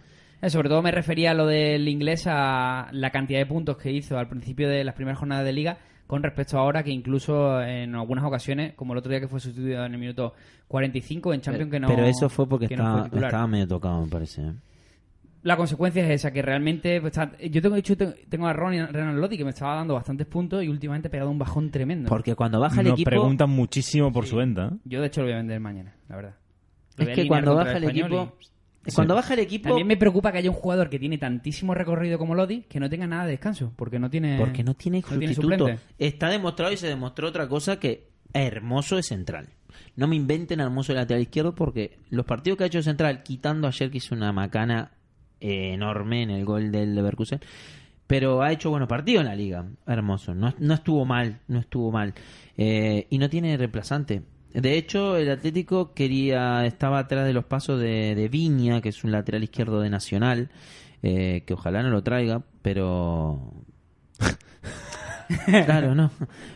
S3: Eh, sobre todo me refería a lo del inglés, a la cantidad de puntos que hizo al principio de las primeras jornadas de liga con respecto a ahora que incluso en algunas ocasiones, como el otro día que fue sustituido en el minuto 45 en Champions, que no
S4: Pero eso fue porque
S3: que no fue
S4: estaba,
S3: titular.
S4: estaba medio tocado, me parece. ¿eh?
S3: La consecuencia es esa, que realmente... pues, está- yo tengo dicho, tengo- tengo a Ronnie, Renan Lotti, que me estaba dando bastantes puntos y últimamente he pegado un bajón tremendo.
S4: Porque cuando baja el
S5: Nos
S4: equipo.
S5: preguntan muchísimo por su venta. ¿eh?
S3: Yo, de hecho, lo voy a vender mañana, la verdad. Lo
S4: Es
S3: voy a
S4: que
S3: alinear
S4: cuando
S3: contra
S4: baja el
S3: Español
S4: equipo.
S3: y-
S4: es Cuando baja el equipo.
S3: También me preocupa que haya un jugador que tiene tantísimo recorrido como Lodi que no tenga nada de descanso, porque no tiene...
S4: Porque no tiene sustituto.
S3: suplente.
S4: Está demostrado y se demostró otra cosa que Hermoso es central. No me inventen a Hermoso de lateral izquierdo porque los partidos que ha hecho central, quitando ayer que hizo una macana eh, enorme en el gol del Leverkusen, pero ha hecho buenos partidos en la liga. Hermoso. No, no estuvo mal, no estuvo mal. Eh, y no tiene reemplazante. De hecho, el Atlético quería estaba atrás de los pasos de, de Viña, que es un lateral izquierdo de Nacional, eh, que ojalá no lo traiga, pero Claro, no.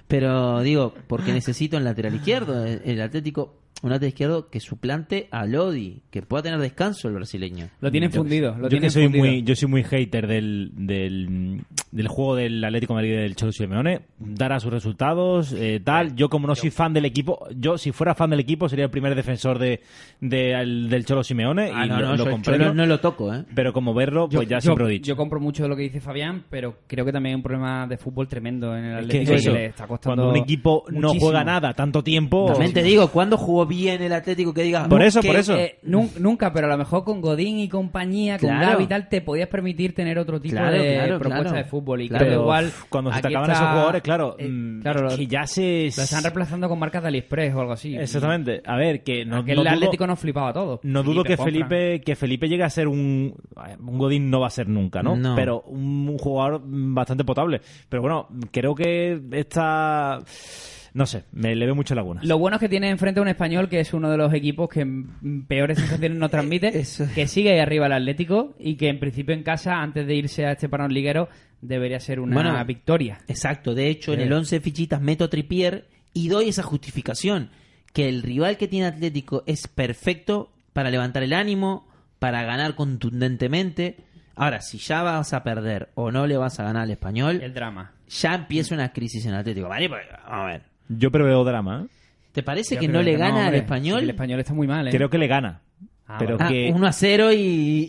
S4: Pero digo, porque necesito un lateral izquierdo. El el Atlético, un lateral izquierdo que suplante a Lodi, que pueda tener descanso el brasileño.
S3: Lo tienen
S5: Yo-
S3: fundido. Lo
S5: yo que
S3: tienen
S5: soy
S3: fundido.
S5: muy, yo soy muy hater del, del, del juego del Atlético de Madrid y del Cholo Simeone. Dará sus resultados, eh, tal. Yo como no soy fan del equipo, yo si fuera fan del equipo sería el primer defensor de, de- al- del Cholo Simeone
S4: Ah,
S5: y
S4: no,
S5: lo,
S4: no,
S5: lo
S4: yo-
S5: comprendo.
S4: yo no, no lo toco, ¿eh?
S5: Pero como verlo, pues ya siempre lo he dicho.
S3: yo compro mucho de lo que dice Fabián, pero creo que también hay un problema de fútbol tremendo en el
S5: Es que
S3: Atlético.
S5: eso,
S3: que le está costando
S5: cuando un equipo no
S3: muchísimo.
S5: juega nada tanto tiempo,
S4: También te digo, ¿cuándo jugó bien el Atlético que digas?
S5: Por
S4: "No,
S5: eso,
S4: que-
S5: por eso.
S3: Eh, nun- nunca, pero a lo mejor con Godín y compañía, con
S4: Claro.
S3: Gavi y tal, te podías permitir tener otro tipo
S4: Claro,
S3: de
S4: claro,
S3: propuesta
S4: claro.
S3: de fútbol. Y
S4: Claro.
S3: creo que
S5: pero
S3: igual.
S5: uf, cuando se te
S3: aquí
S5: acaban
S3: está-
S5: esos jugadores, claro,
S3: eh,
S5: mm,
S3: claro, lo,
S5: es que ya se...
S3: lo están reemplazando con marcas de AliExpress o algo así.
S5: Exactamente. A ver, que no,
S3: Que
S5: no
S3: el
S5: dudo-
S3: Atlético nos flipaba a todos.
S5: No dudo que
S3: Fofana.
S5: Felipe, que Felipe llegue a ser un, un Godín no va a ser nunca, ¿no?
S4: No.
S5: Pero un, un jugador bastante potable. Pero bueno, creo que esta no sé, me le veo mucho laguna.
S3: Lo bueno es que tiene enfrente a un español que es uno de los equipos que mm, peores sensaciones nos transmite,
S4: Eso.
S3: que sigue ahí arriba el Atlético y que en principio en casa, antes de irse a este parón liguero, debería ser una
S4: Bueno,
S3: victoria.
S4: Exacto, de hecho, en el 11 de fichitas meto a Tripier y doy esa justificación, que el rival que tiene Atlético es perfecto para levantar el ánimo, para ganar contundentemente. Ahora, si ya vas a perder o no le vas a ganar al español,
S3: El drama.
S4: ya empieza una crisis en Atlético. de Madrid, porque, vamos a ver.
S5: Yo preveo drama. ¿eh?
S4: ¿Te parece
S3: Yo
S4: que
S3: creo
S4: no le gana al
S3: hombre.
S4: español?
S3: El español está muy mal, ¿eh?
S5: Creo que le gana.
S3: Ah,
S5: pero
S4: Ah,
S5: que
S4: 1 a 0 y...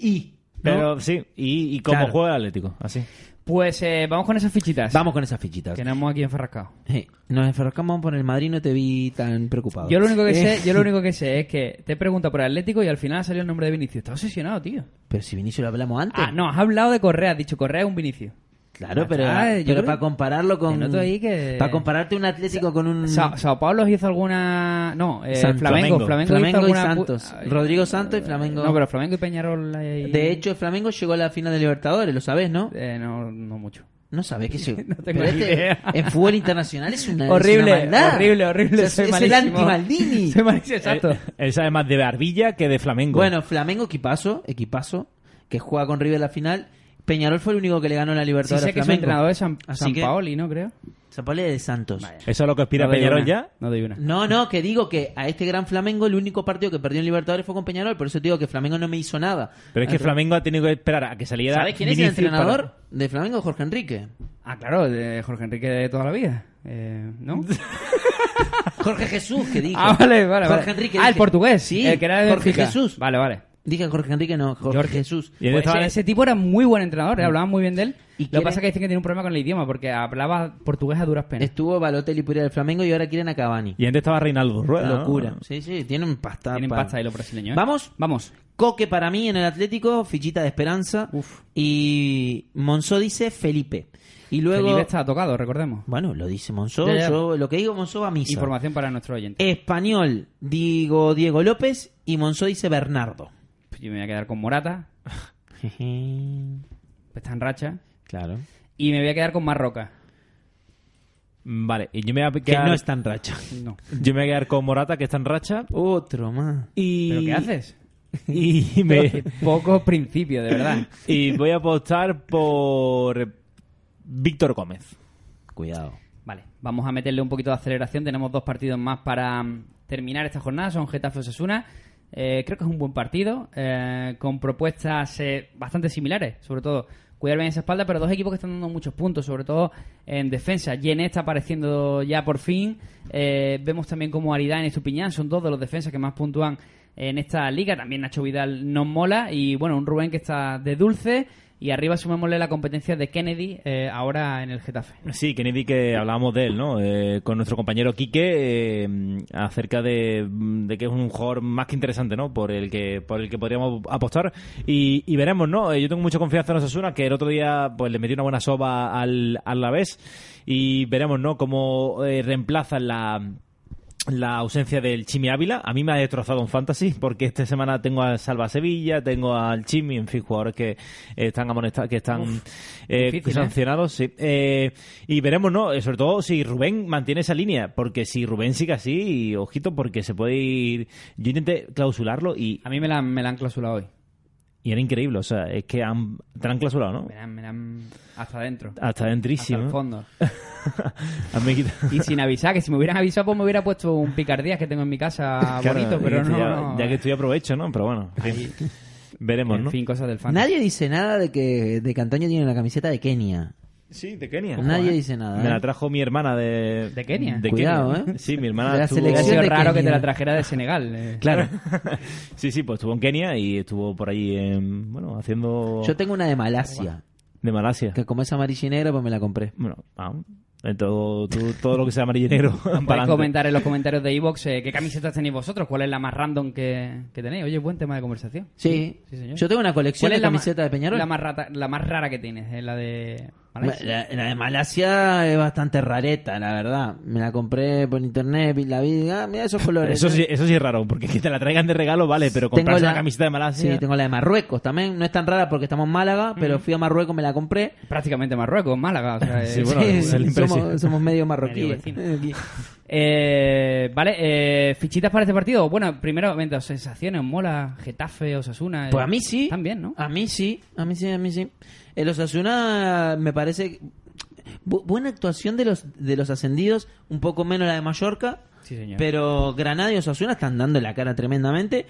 S4: y, ¿no?
S5: pero sí, y, y cómo
S4: Claro.
S5: juega el Atlético, así.
S3: Pues eh, vamos con esas fichitas.
S4: Vamos con esas fichitas.
S3: Que tenemos aquí en Ferrascao.
S4: Sí, Nos enferramos por el Madrid, no te vi tan preocupado.
S3: Yo lo único que
S4: Eh,
S3: sé, yo lo único que sé es que te he preguntado por el Atlético y al final salió el nombre de Vinicius. Estás obsesionado, tío.
S4: Pero si Vinicio lo hablamos antes.
S3: Ah, no, has hablado de Correa, has dicho Correa es un Vinicius.
S4: Claro,
S3: Ah, Ya
S4: pero,
S3: está, yo
S4: pero
S3: creo
S4: para
S3: que-
S4: compararlo con.
S3: que noto ahí que-
S4: Para compararte un Atlético con un.
S3: Sa- Sao Paulo hizo alguna. No, eh,
S4: Mm. San-
S3: Flamengo. Flamengo,
S5: Flamengo.
S3: hizo
S4: Flamengo y
S3: alguna pu-
S4: Santos.
S3: Ay,
S4: Rodrigo Santos y Flamengo.
S3: No, pero Flamengo y Peñarol. ahí-
S4: De hecho, el Flamengo llegó a la final de Libertadores, lo sabés, ¿no?
S3: Eh, no, no mucho.
S4: No sabés que llegó. no
S3: tengo ni idea.
S4: En fútbol internacional es una. es
S3: horrible,
S4: una maldad.
S3: horrible, horrible.
S4: O
S3: soy
S4: sea, es el
S3: malísimo.
S4: anti-Maldini.
S3: Soy
S5: Eh,
S3: malísimo, exacto.
S5: Él, él sabe más de Barbilla que de Flamengo.
S4: Bueno, Flamengo, equipazo, equipazo, que juega con River la final. Peñarol fue el único que le ganó la
S3: Sí,
S4: Libertadores
S3: sé que
S4: a
S3: su
S4: Flamengo.
S3: entrenador es San,
S4: Así
S3: San
S4: que-
S3: Paoli, ¿no? Creo.
S4: San Pablo es de Santos.
S5: ¿Eso es lo que aspira
S3: No doy
S5: Peñarol
S3: una,
S5: ya?
S3: No doy una.
S4: No, no, que digo que a este gran Flamengo el único partido que perdió en Libertadores fue con Peñarol, por eso te digo que Flamengo no me hizo nada.
S5: Pero es que Flamengo ha tenido que esperar a que saliera.
S4: ¿Sabes quién es el
S5: Vinicius para-
S4: entrenador de Flamengo? Jorge Enrique.
S3: Ah, claro, de Jorge Enrique de toda la vida. Eh, ¿No?
S4: Jorge Jesús, que dije.
S3: ah, vale, vale.
S4: Jorge
S3: vale.
S4: Enrique.
S3: Ah, el
S4: dije.
S3: portugués.
S4: Sí,
S3: El que era de
S4: Jorge
S3: Benfica.
S4: Jesús.
S3: Vale, vale.
S4: Dije Jorge Enrique, no, Jorge, Jesús.
S5: Y él
S3: Pues
S5: estaba-
S3: ese, ese tipo era muy buen entrenador, eh, hablaban muy bien de él.
S4: ¿Y
S3: Lo
S4: quién
S3: que pasa
S4: es?
S3: es que dicen que tiene un problema con el idioma, porque hablaba portugués a duras penas.
S4: Estuvo Balotelli Puria del Flamengo y ahora quieren a Cavani.
S5: Y antes estaba Reinaldo Rueda. ¿no?
S4: Locura. Sí, sí, tienen pasta.
S3: Tienen
S4: pa-
S3: pasta ahí los brasileños. ¿eh?
S4: ah, ¿Vamos?
S3: Vamos.
S4: Coque para mí en el Atlético, fichita de esperanza.
S3: Uf.
S4: Y Monzó dice Felipe. Y luego.
S3: Felipe está tocado, recordemos.
S4: Bueno, lo dice Monzó.
S3: Ya, ya.
S4: Yo, lo que digo Monzó va a misa.
S3: Información para nuestro oyente.
S4: Español, digo Diego López. Y Monzó dice Bernardo.
S3: Pues Yo me voy a quedar con Morata, pues está en racha.
S4: claro.
S3: Y me voy a quedar con Marroca.
S5: Vale, y yo me voy a
S4: Que
S5: quedar,
S4: no está en racha.
S3: No.
S5: yo me voy a quedar con Morata, que está en racha.
S4: Otro más.
S5: Y,
S3: ¿Pero qué haces?
S5: Y, me,
S3: Poco principio, de verdad.
S5: y voy a apostar por Víctor Gómez.
S4: Cuidado.
S3: Vale, vamos a meterle un poquito de aceleración. Tenemos dos partidos más para mm, terminar esta jornada. Son Getafe Osasuna. Eh, creo que es un buen partido, eh, con propuestas eh, bastante similares, sobre todo cuidar bien esa espalda, pero dos equipos que están dando muchos puntos, sobre todo en defensa. Yené está apareciendo ya por fin. Eh, vemos también como Aridane y Estupiñán son dos de los defensas que más puntúan en esta liga. También Nacho Vidal nos mola. Y bueno, un Rubén que está de dulce. Y arriba sumémosle la competencia de Kennedy eh, ahora en el Getafe.
S5: Sí, Kennedy, que hablábamos de él, ¿no? Eh, con nuestro compañero Quique, eh, acerca de, de que es un jugador más que interesante, ¿no? Por el que, por el que podríamos apostar. Y, y veremos, ¿no? Eh, yo tengo mucha confianza en Osasuna, que el otro día pues le metió una buena soba al, al Alavés. Y veremos, ¿no? Cómo eh, reemplazan la la ausencia del Chimi Ávila. A mí me ha destrozado un fantasy porque esta semana tengo a Salva Sevilla, tengo al Chimi, en fin, jugadores que eh, están amonestados, que están eh,
S3: difícil, ¿eh?
S5: sancionados. sí. Eh, y veremos, ¿no? Eh, Sobre todo si Rubén mantiene esa línea, porque si Rubén sigue así, y ojito, porque se puede ir. Yo intenté clausularlo y,
S3: A mí me la, me la han clausulado hoy.
S5: y era increíble. O sea, es que han, te la han clausulado, ¿no?
S3: Me la, han- me la han hasta adentro. Hasta
S5: Hasta
S3: el
S5: dentrísimo.
S3: fondo.
S5: A mí me quita-
S3: Y sin avisar, que si me hubieran avisado, pues me hubiera puesto un picardías que tengo en mi casa
S5: Claro,
S3: Ah, bonito, pero
S5: ya-
S3: no.
S5: ya,
S3: no.
S5: que estoy aprovecho, ¿no? Pero bueno, en fin. veremos,
S3: En
S5: ¿no?
S3: fin, cosas del fan.
S4: Nadie dice nada de que, de que Antonio tiene una camiseta de Kenia.
S5: Sí, de Kenia.
S4: Nadie dice nada.
S5: Me
S4: ¿eh?
S5: la trajo mi hermana de...
S3: ¿De Kenia?
S4: Cuidado, ¿eh?
S5: Sí, mi
S4: De
S5: hermana
S4: la
S5: estuvo...
S3: Hubiera sido
S4: selección de
S3: raro que te
S4: Kenia.
S3: la trajera de Senegal. eh.
S5: Claro. sí, sí, pues estuvo en Kenia y estuvo por ahí, en, bueno, haciendo...
S4: Yo tengo una de Malasia,
S5: De Malasia.
S4: que como es amarilla y negra, pues me la compré.
S5: Bueno, aún. En todo, tú- todo lo que sea amarillo y negro.
S3: Podéis
S5: pa'lante.
S3: comentar en los comentarios de Evox qué camisetas tenéis vosotros, cuál es la más random que, que tenéis. Oye, buen tema de conversación.
S4: Sí,
S3: Sí, señor.
S4: yo tengo una colección de
S3: la ma-
S4: camisetas de Peñarol.
S3: La más, rata- la más rara que tienes, es la de.
S4: Ma-
S3: Malasia.
S4: La, la de Malasia es bastante rareta, la verdad. Me la compré por internet, vi la vi, ah, mira esos colores.
S5: Eso sí, eso sí es raro, porque que te la traigan de regalo, vale, pero
S4: Tengo
S5: comprarse la... camiseta de Malasia... Mm.
S4: Sí, tengo la de Marruecos también. No es tan rara porque estamos en Málaga, pero fui a Marruecos, me la compré.
S3: Prácticamente Marruecos, Málaga. o sea, eh,
S5: Sí, bueno, es el impresionante.
S4: somos, somos medio marroquíes.
S3: Medio Eh, vale, eh, fichitas para este partido. Bueno, primero, venga, sensaciones, mola, Getafe, Osasuna. eh,
S4: Pues a mí sí.
S3: También, ¿no?
S4: A mí sí, a mí sí, a mí sí. El Osasuna me parece bu- buena actuación de los de los ascendidos, un poco menos la de Mallorca,
S3: Sí, señor.
S4: pero Granada y Osasuna están dando la cara tremendamente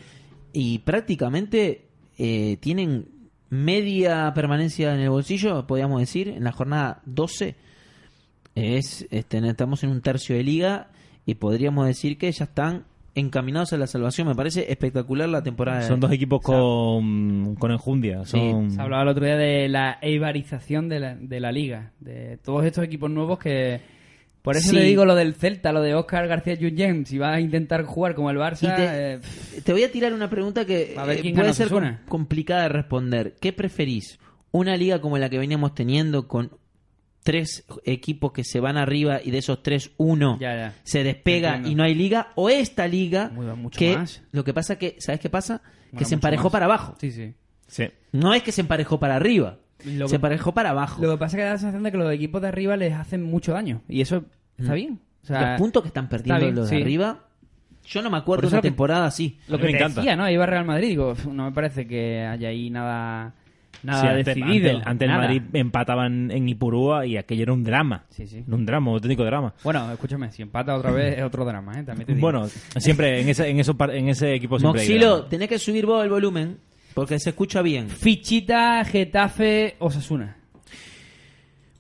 S4: y prácticamente eh, tienen media permanencia en el bolsillo, podríamos decir, en la jornada 12. Es, este, estamos en un tercio de liga y podríamos decir que ya están encaminados a la salvación. Me parece espectacular la temporada. de-
S5: Son dos equipos con, con enjundia. Son...
S3: Se hablaba el otro día de la eibarización de la, de la liga, de todos estos equipos nuevos que... Por eso
S4: Sí.
S3: te digo lo del Celta, lo de Oscar García Junyent, si va a intentar jugar como el Barça...
S4: Y te,
S3: eh,
S4: te voy a tirar una pregunta que
S3: A ver,
S4: eh,
S3: ¿quién
S4: puede
S3: gana,
S4: ser com-
S3: Osasuna?
S4: complicada de responder. ¿Qué preferís? ¿Una liga como la que veníamos teniendo con tres equipos que se van arriba y de esos tres uno
S3: Ya, ya.
S4: se despega
S3: Entiendo.
S4: y no hay liga o esta liga
S3: Muda mucho
S4: que
S3: más.
S4: lo que pasa que sabes qué pasa que
S3: Mola
S4: se
S3: mucho
S4: emparejó
S3: más.
S4: para abajo
S3: Sí, sí.
S5: Sí.
S4: no es que se emparejó para arriba
S3: Lo
S4: se
S3: que-
S4: emparejó para abajo
S3: Lo que pasa es que da la sensación de que los equipos de arriba les hacen mucho daño. Y eso está bien. O sea,
S4: Mm. los puntos que están perdiendo
S3: bien,
S4: los
S3: sí.
S4: de arriba yo no me acuerdo
S5: Por
S4: de
S5: eso
S4: una
S5: lo que-
S4: temporada así
S3: Lo
S5: A
S3: que
S5: mí
S3: me
S5: me encanta.
S3: Decía, ¿no? Iba Real Madrid. Digo, "Uf, no me parece que haya ahí nada, nada
S5: Sí, ante-
S3: decidido.
S5: ante el- Ante, el
S3: nada.
S5: Madrid empataban en Ipurúa y aquello era un drama.
S3: Sí, sí.
S5: Era Un drama, un auténtico drama.
S3: Bueno, escúchame, si empata otra vez es otro drama, ¿eh? También te digo.
S5: Bueno, siempre en ese, en esos par- en ese equipo siempre hay
S4: Moxilo
S5: drama.
S4: tenés que subir vos el volumen porque se escucha bien
S3: Fichita, Getafe, Osasuna.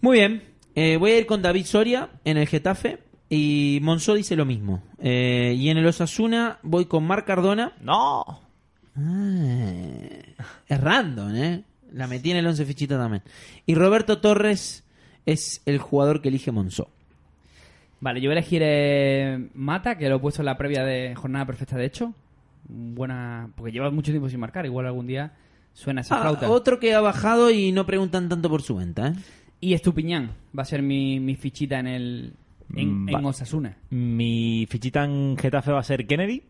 S4: Muy bien. Eh, voy a ir con David Soria en el Getafe. Y Monzó dice lo mismo. Eh, y en el Osasuna voy con Marc Cardona.
S5: ¡No!
S4: Ah, es random, ¿eh? La metí en el 11 fichita también. Y Roberto Torres es el jugador que elige Monzó.
S3: Vale, yo voy a elegir eh, Mata, que lo he puesto en la previa de Jornada Perfecta, de hecho. Buena... Porque lleva mucho tiempo sin marcar. Igual algún día suena esa
S4: Ah,
S3: flauta.
S4: otro que ha bajado y no preguntan tanto por su venta, ¿eh?
S3: Y Estupiñán va a ser mi, mi fichita en el... En,
S5: Mm,
S3: en
S5: va-
S3: Osasuna.
S5: Mi fichita en Getafe va a ser Kennedy.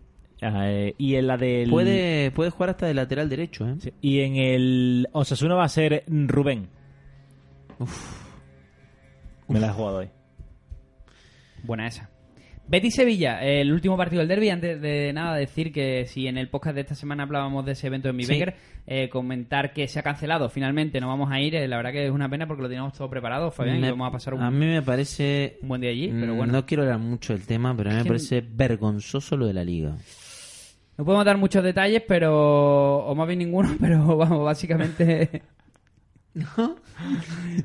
S5: eh, y en la del.
S4: Puede, puede jugar hasta de lateral derecho, ¿eh?
S5: Sí, Y en el Osasuna va a ser Rubén. Me la he jugado hoy.
S3: Buena esa. Betis Sevilla, el último partido del derby. Antes de nada, decir que si en el podcast de esta semana hablábamos de ese evento en Mi
S4: Sí.
S3: comentar que se ha cancelado finalmente, no vamos a ir. eh, la verdad que es una pena porque lo teníamos todo preparado, Fabián,
S4: Me-
S3: y vamos a pasar un,
S4: a mí me parece...
S3: un buen día allí. Pero
S4: Mm,
S3: bueno,
S4: No quiero hablar mucho del tema, pero a mí me
S3: que-
S4: parece vergonzoso lo de la liga.
S3: no podemos dar muchos detalles, pero. o más bien ninguno, pero vamos, básicamente.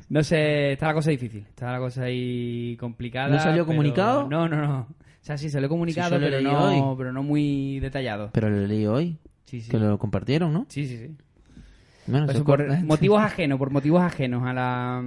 S3: No sé, está la cosa difícil, está la cosa ahí complicada.
S4: ¿No salió
S3: pero-
S4: comunicado?
S3: No, no, no. O sea, sí salió comunicado,
S4: yo lo
S3: pero,
S4: leí
S3: no,
S4: hoy.
S3: pero no muy detallado.
S4: Pero lo leí hoy,
S3: Sí, sí.
S4: que lo compartieron, ¿no?
S3: Sí, sí, sí.
S4: Bueno,
S3: Por
S4: se
S3: eso, por
S4: corta.
S3: motivos ajenos, por motivos ajenos a la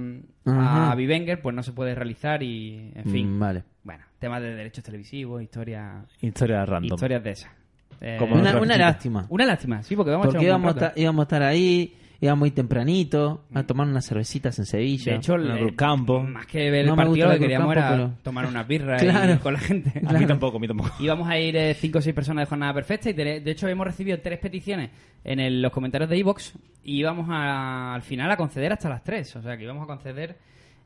S4: Ajá.
S3: a Bivenger, pues no se puede realizar y en fin.
S4: Mm, Vale.
S3: Bueno, temas de derechos televisivos, historia,
S5: Historia random.
S3: historias de esas. Eh,
S5: Como
S4: Una,
S5: otra
S4: una
S5: cosita.
S4: lástima.
S3: una lástima, sí, porque vamos a
S4: Porque
S3: echar un
S4: íbamos a,
S3: buen
S4: estar,
S3: rato.
S4: íbamos a estar ahí, íbamos a ir tempranito, a tomar unas cervecitas en Sevilla.
S3: De hecho, el-
S5: Una Cruz Campo.
S3: más que ver
S4: No
S3: el
S4: me gusta
S3: partido, lo
S4: la
S3: que
S4: Cruz
S3: queríamos
S4: Campo,
S3: era
S4: pero-
S3: tomar unas birras y-
S4: Claro.
S3: con la gente.
S5: A mí tampoco, a mí tampoco.
S3: Íbamos a ir 5 o 6 personas de jornada perfecta y tele- de hecho hemos recibido tres peticiones en el- los comentarios de Evox y íbamos a- al final a conceder hasta las 3. O sea que íbamos a conceder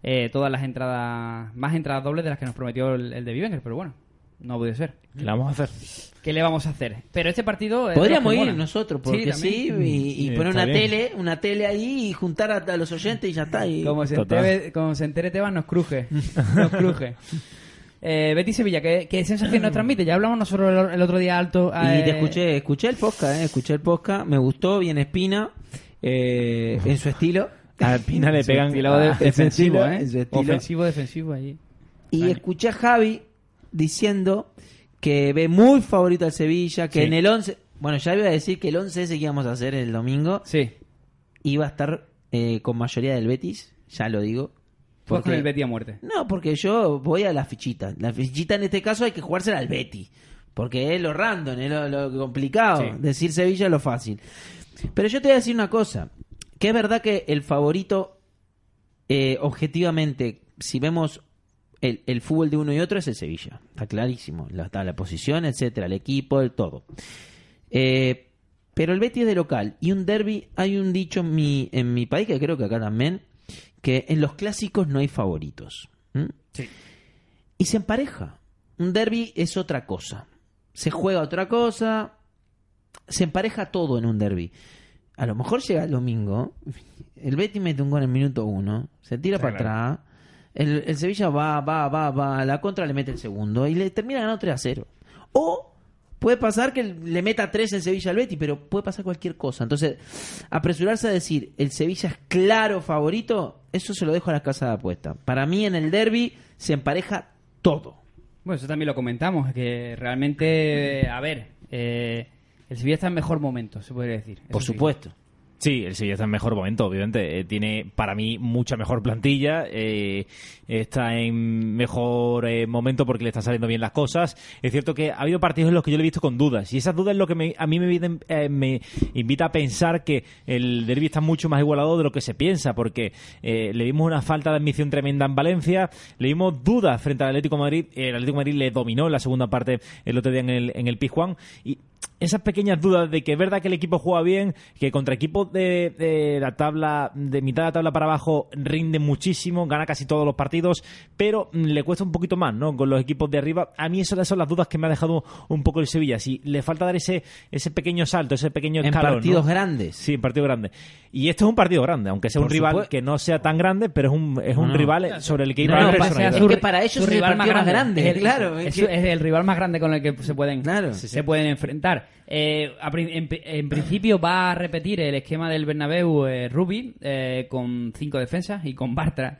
S3: eh, todas las entradas, más entradas dobles de las que nos prometió el, el de Vivenger, pero bueno, no ha podido ser.
S5: ¿Qué la vamos a hacer?
S3: ¿Qué le vamos a hacer? Pero este partido. es de
S4: Podríamos
S3: los que
S4: ir
S3: molan.
S4: nosotros, porque
S3: también.
S4: sí, y, y
S5: Mm, Sí,
S4: poner
S5: está
S4: una
S5: bien.
S4: tele, una tele ahí y juntar a, a los oyentes y ya está. y-
S3: Como se,
S5: Total.
S3: entere, como se entere Tebas, nos cruje. Nos cruje. Eh, Betty Sevilla, ¿qué, ¿qué sensación nos transmite? Ya hablamos nosotros el, el otro día alto.
S4: Y
S3: eh,
S4: te escuché, escuché el podcast, eh, escuché el podcast, me gustó, bien espina, eh, en su estilo.
S5: A Pina Ah, le pegan.
S3: estilo de-
S5: Ah,
S3: defensivo,
S4: estilo,
S3: ¿eh?
S4: ese estilo.
S3: Ofensivo, defensivo allí.
S4: Y escuché a Javi diciendo que ve muy favorito al Sevilla, que
S5: Sí.
S4: en el 11, bueno, ya iba a decir que el 11 ese que íbamos a hacer el domingo
S3: Sí.
S4: iba a estar eh, con mayoría del Betis, ya lo digo.
S3: Tú vas con el Betty a muerte.
S4: No, porque yo voy a la fichita. La fichita en este caso hay que jugársela al Betis, porque es lo random, es lo, lo complicado.
S3: Sí.
S4: Decir Sevilla es lo fácil. Pero yo te voy a decir una cosa, que es verdad que el favorito, eh, objetivamente, si vemos el, el fútbol de uno y otro, es el Sevilla. Está clarísimo. La, está la posición, etcétera, el equipo, el todo. Eh, pero el Betis es de local. Y un derby, hay un dicho en mi, en mi país, que creo que acá también, que en los clásicos no hay favoritos. ¿Mm? ¿m? Y se empareja. Un derby es otra cosa. Se juega otra cosa. Se empareja todo en un derby. A lo mejor llega el domingo. El Betis mete un gol en el minuto uno. Se tira para atrás. El, el Sevilla va, va, va, va. A la contra le mete el segundo. Y le termina ganando 3 a 0. O puede pasar que le meta 3 en Sevilla al Betis. Pero puede pasar cualquier cosa. Entonces, apresurarse a decir el Sevilla es claro favorito. Eso se lo dejo a las casas de apuesta. Para mí en el derby se empareja todo.
S3: Bueno, eso también lo comentamos, que realmente, a ver, eh, el Sevilla está en mejor momento, se podría decir.
S4: Por
S3: Eso sí.
S4: supuesto.
S5: Sí, el Sevilla está en mejor momento, obviamente. Eh, tiene para mí mucha mejor plantilla. eh, está en mejor eh, momento porque le están saliendo bien las cosas. Es cierto que ha habido partidos en los que yo lo he visto con dudas. Y esas dudas es lo que me- a mí me, eviten- eh, me invita a pensar que el derbi está mucho más igualado de lo que se piensa. Porque eh, le vimos una falta de admisión tremenda en Valencia. Le vimos dudas frente al Atlético de Madrid. El Atlético de Madrid le dominó en la segunda parte el otro día en el, en el Pizjuán. Y esas pequeñas dudas de que es verdad que el equipo juega bien, que contra equipos de, de la tabla, de mitad de la tabla para abajo, rinde muchísimo, gana casi todos los partidos, pero mm, le cuesta un poquito más, ¿no? Con los equipos de arriba. A mí esas son las dudas que me ha dejado un poco el Sevilla. Si le falta dar ese, ese pequeño salto, ese pequeño
S4: En
S5: escalón, ¿no?
S4: partidos grandes.
S5: Sí, en partido grande. Y esto es un partido grande, aunque sea
S4: Por
S5: un rival
S4: supuesto.
S5: que no sea tan grande, pero es un, es un
S4: No, no.
S5: rival sobre el que ir
S4: No,
S5: a
S4: no,
S5: la
S4: pasa
S5: personalidad.
S4: es que para ellos
S3: su
S4: es el partido más grande,
S3: Es el-
S4: claro, es
S3: Es,
S4: que-
S3: es el rival más grande con el que se pueden,
S4: Claro.
S3: se pueden enfrentar. Eh, a pri- en, pri- en principio va a repetir el esquema del Bernabéu eh, Rubi eh, con cinco defensas y con Bartra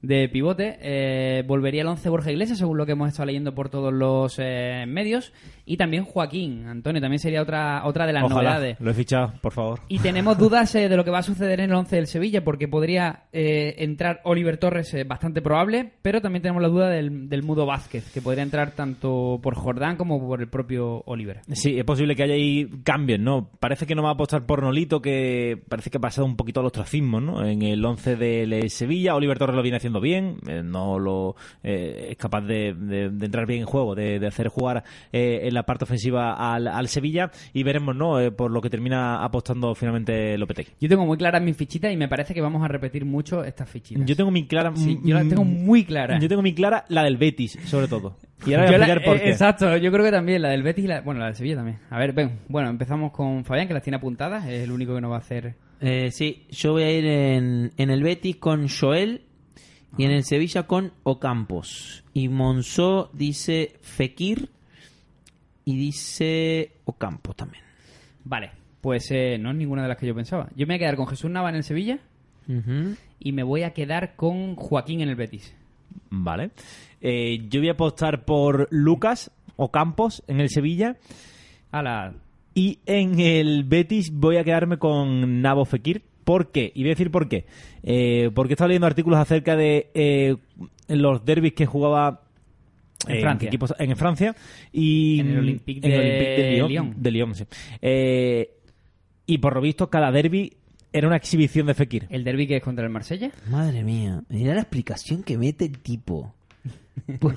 S3: de pivote. Eh, volvería el 11 Borja Iglesias, según lo que hemos estado leyendo por todos los eh, medios. Y también Joaquín, Antonio, también sería otra, otra de las
S5: Ojalá,
S3: novedades.
S5: lo he fichado, por favor.
S3: Y tenemos dudas eh, de lo que va a suceder en el 11 del Sevilla, porque podría eh, entrar Oliver Torres, eh, bastante probable, pero también tenemos la duda del, del Mudo Vázquez, que podría entrar tanto por Jordán como por el propio Oliver.
S5: Sí, es posible que haya ahí cambios, ¿no? Parece que no va a apostar por Nolito, que parece que ha pasado un poquito al ostracismo, ¿no? En el 11 del eh, Sevilla, Oliver Torres lo viene haciendo bien, eh, no lo eh, es capaz de, de- de entrar bien en juego, de, de hacer jugar eh, en la parte ofensiva al, al Sevilla y veremos, ¿no? Eh, por lo que termina apostando finalmente Lopetegui.
S3: Yo tengo muy claras mis fichitas y me parece que vamos a repetir mucho estas fichitas.
S5: Yo tengo mi clara.
S3: Sí, yo la tengo muy clara.
S5: Yo tengo mi clara la del Betis, sobre todo. Y ahora voy
S3: Yo la-
S5: a explicar por
S3: eh,
S5: qué.
S3: Exacto, yo creo que también la del Betis y la, bueno, la del Sevilla también. A ver, ven, bueno, empezamos con Fabián, que las tiene apuntadas, es el único que nos va a hacer...
S4: Eh, sí, yo voy a ir en, en el Betis con Joel y en el Sevilla con Ocampos. Y Monzó dice Fekir y dice Ocampos también.
S3: Vale, pues eh, no es ninguna de las que yo pensaba. Yo me voy a quedar con Jesús Nava en el Sevilla
S4: Ujú.
S3: y me voy a quedar con Joaquín en el Betis.
S5: Vale. Eh, yo voy a apostar por Lucas o Campos en el Sevilla.
S3: A la
S5: Y en el Betis voy a quedarme con Nabo Fekir. ¿Por qué? Y voy a decir por qué. Eh, porque estaba leyendo artículos acerca de eh, los derbis que jugaba
S3: En
S5: eh,
S3: Francia.
S5: equipos- en Francia y
S3: En el Olympique
S5: en
S3: de
S5: el Olympique de Lyon,
S3: Lyon.
S5: de Lyon, sí. Eh, y por lo visto cada derby era una exhibición de Fekir.
S3: el derby que es contra el Marsella.
S4: Madre mía, mirá la explicación que mete el tipo. Por,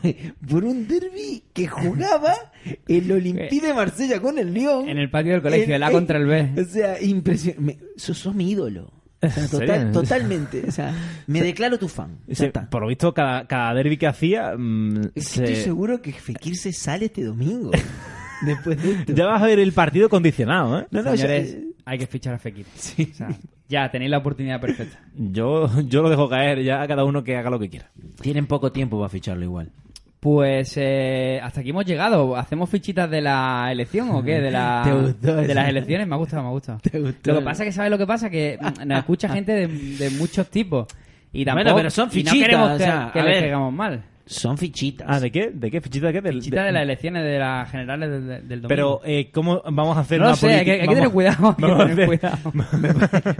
S4: por un derby que jugaba el Olympique de Marsella con el Lyon.
S3: En el patio del colegio,
S4: eh,
S3: el A contra el
S4: O
S3: B.
S4: sea, impresionante. Sos, sos mi ídolo. O sea,
S5: ¿En
S4: total-
S5: serio?
S4: totalmente. O sea, me declaro tu fan. Ya
S5: Se-
S4: está.
S5: por lo visto cada, cada derby que hacía... mm,
S4: Es que
S5: se-
S4: Estoy seguro que Fekir se sale este domingo. después de esto.
S5: Ya vas a ver el partido condicionado, ¿eh?
S4: No, no, ya-
S3: Señores, hay que fichar a Fekir. O sea, ya tenéis la oportunidad perfecta.
S5: Yo, yo lo dejo caer, ya a cada uno que haga lo que quiera.
S4: Tienen poco tiempo para ficharlo igual.
S3: Pues eh, hasta aquí hemos llegado. ¿Hacemos fichitas de la elección o qué? De, la,
S4: Te gustó
S3: de
S4: eso.
S3: las elecciones. Me ha gustado, me ha gustado.
S4: Te gustó.
S3: Lo que pasa es que, ¿sabes lo que pasa? Que mm, nos escucha gente de, de muchos tipos. Y tampoco,
S4: Bueno, pero son
S3: Y
S4: fichitas,
S3: no queremos que,
S4: o sea,
S3: que
S4: a
S3: les
S4: ver.
S3: caigamos mal.
S4: Son fichitas.
S5: Ah, ¿de qué? ¿De qué? ¿Fichita de qué? Del-
S3: Fichitas
S5: de-
S3: de las elecciones de las generales del, del domingo.
S5: Pero, eh, ¿cómo vamos a hacer
S3: No
S5: una
S3: lo sé, hay que- hay que
S5: vamos-
S3: tener cuidado, hay que
S5: vamos a
S3: tener
S5: hacer-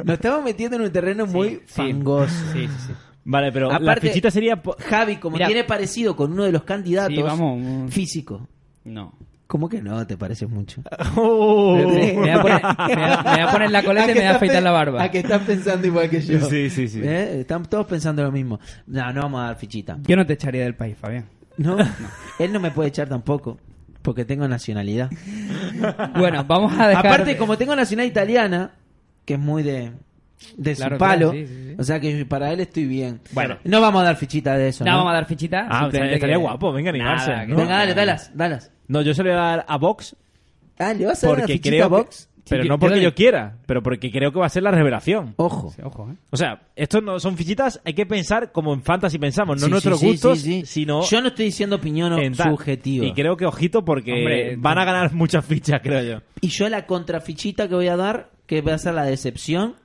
S4: Nos estamos metiendo en un terreno muy fangoso.
S3: Sí, sí, sí.
S5: Vale, pero la
S4: Aparte-
S5: fichita sería... po-
S4: Javi, como
S3: Mira.
S4: tiene parecido con uno de los candidatos
S3: Sí, vamos, un-
S4: físico.
S3: No.
S4: ¿Cómo que no? ¿Te parece mucho?
S5: Oh.
S3: Me voy a poner, me voy a- me voy a poner la coleta y me voy a
S4: estás
S3: afeitar
S4: pe-
S3: la barba.
S4: A que estás pensando igual que yo.
S5: Sí, sí, sí.
S4: ¿Eh? Están todos pensando lo mismo. No, no vamos a dar fichita.
S3: Yo no te echaría del país, Fabián.
S4: No, él no me puede echar tampoco. Porque tengo nacionalidad.
S3: Bueno, vamos a dejar...
S4: Aparte, como tengo nacionalidad italiana, que es muy de, de
S3: Claro,
S4: su
S3: claro,
S4: palo,
S3: sí, sí, sí.
S4: o sea que para él estoy bien.
S5: Bueno.
S4: no vamos a dar fichita de eso.
S3: No,
S4: No,
S3: vamos a dar fichita.
S5: Ah,
S3: simplemente
S5: estaría guapo, venga, animarse,
S3: Nada, que
S5: ¿no?
S4: Venga, dale,
S3: nada.
S4: dalas, dalas.
S5: No, yo se lo voy a dar a Vox
S4: Ah, ¿le vas a dar una
S5: porque
S4: fichita
S5: creo...
S4: a Vox?
S5: que- pero
S3: Sí,
S5: no
S3: yo-
S5: porque
S3: yo-
S5: yo quiera, pero porque creo que va a ser la revelación.
S4: Ojo.
S3: Sí, Ojo, ¿eh?
S5: O sea, esto no son fichitas, hay que pensar como en fantasy pensamos, no
S4: Sí,
S5: nuestros
S4: sí, sí,
S5: gustos,
S4: sí, sí.
S5: sino...
S4: Yo no estoy diciendo opinión
S5: en tal.
S4: subjetiva.
S5: Y creo que ojito porque
S3: Hombre,
S5: van a ganar muchas fichas, creo yo.
S4: Y yo la contrafichita que voy a dar, que va a ser la decepción,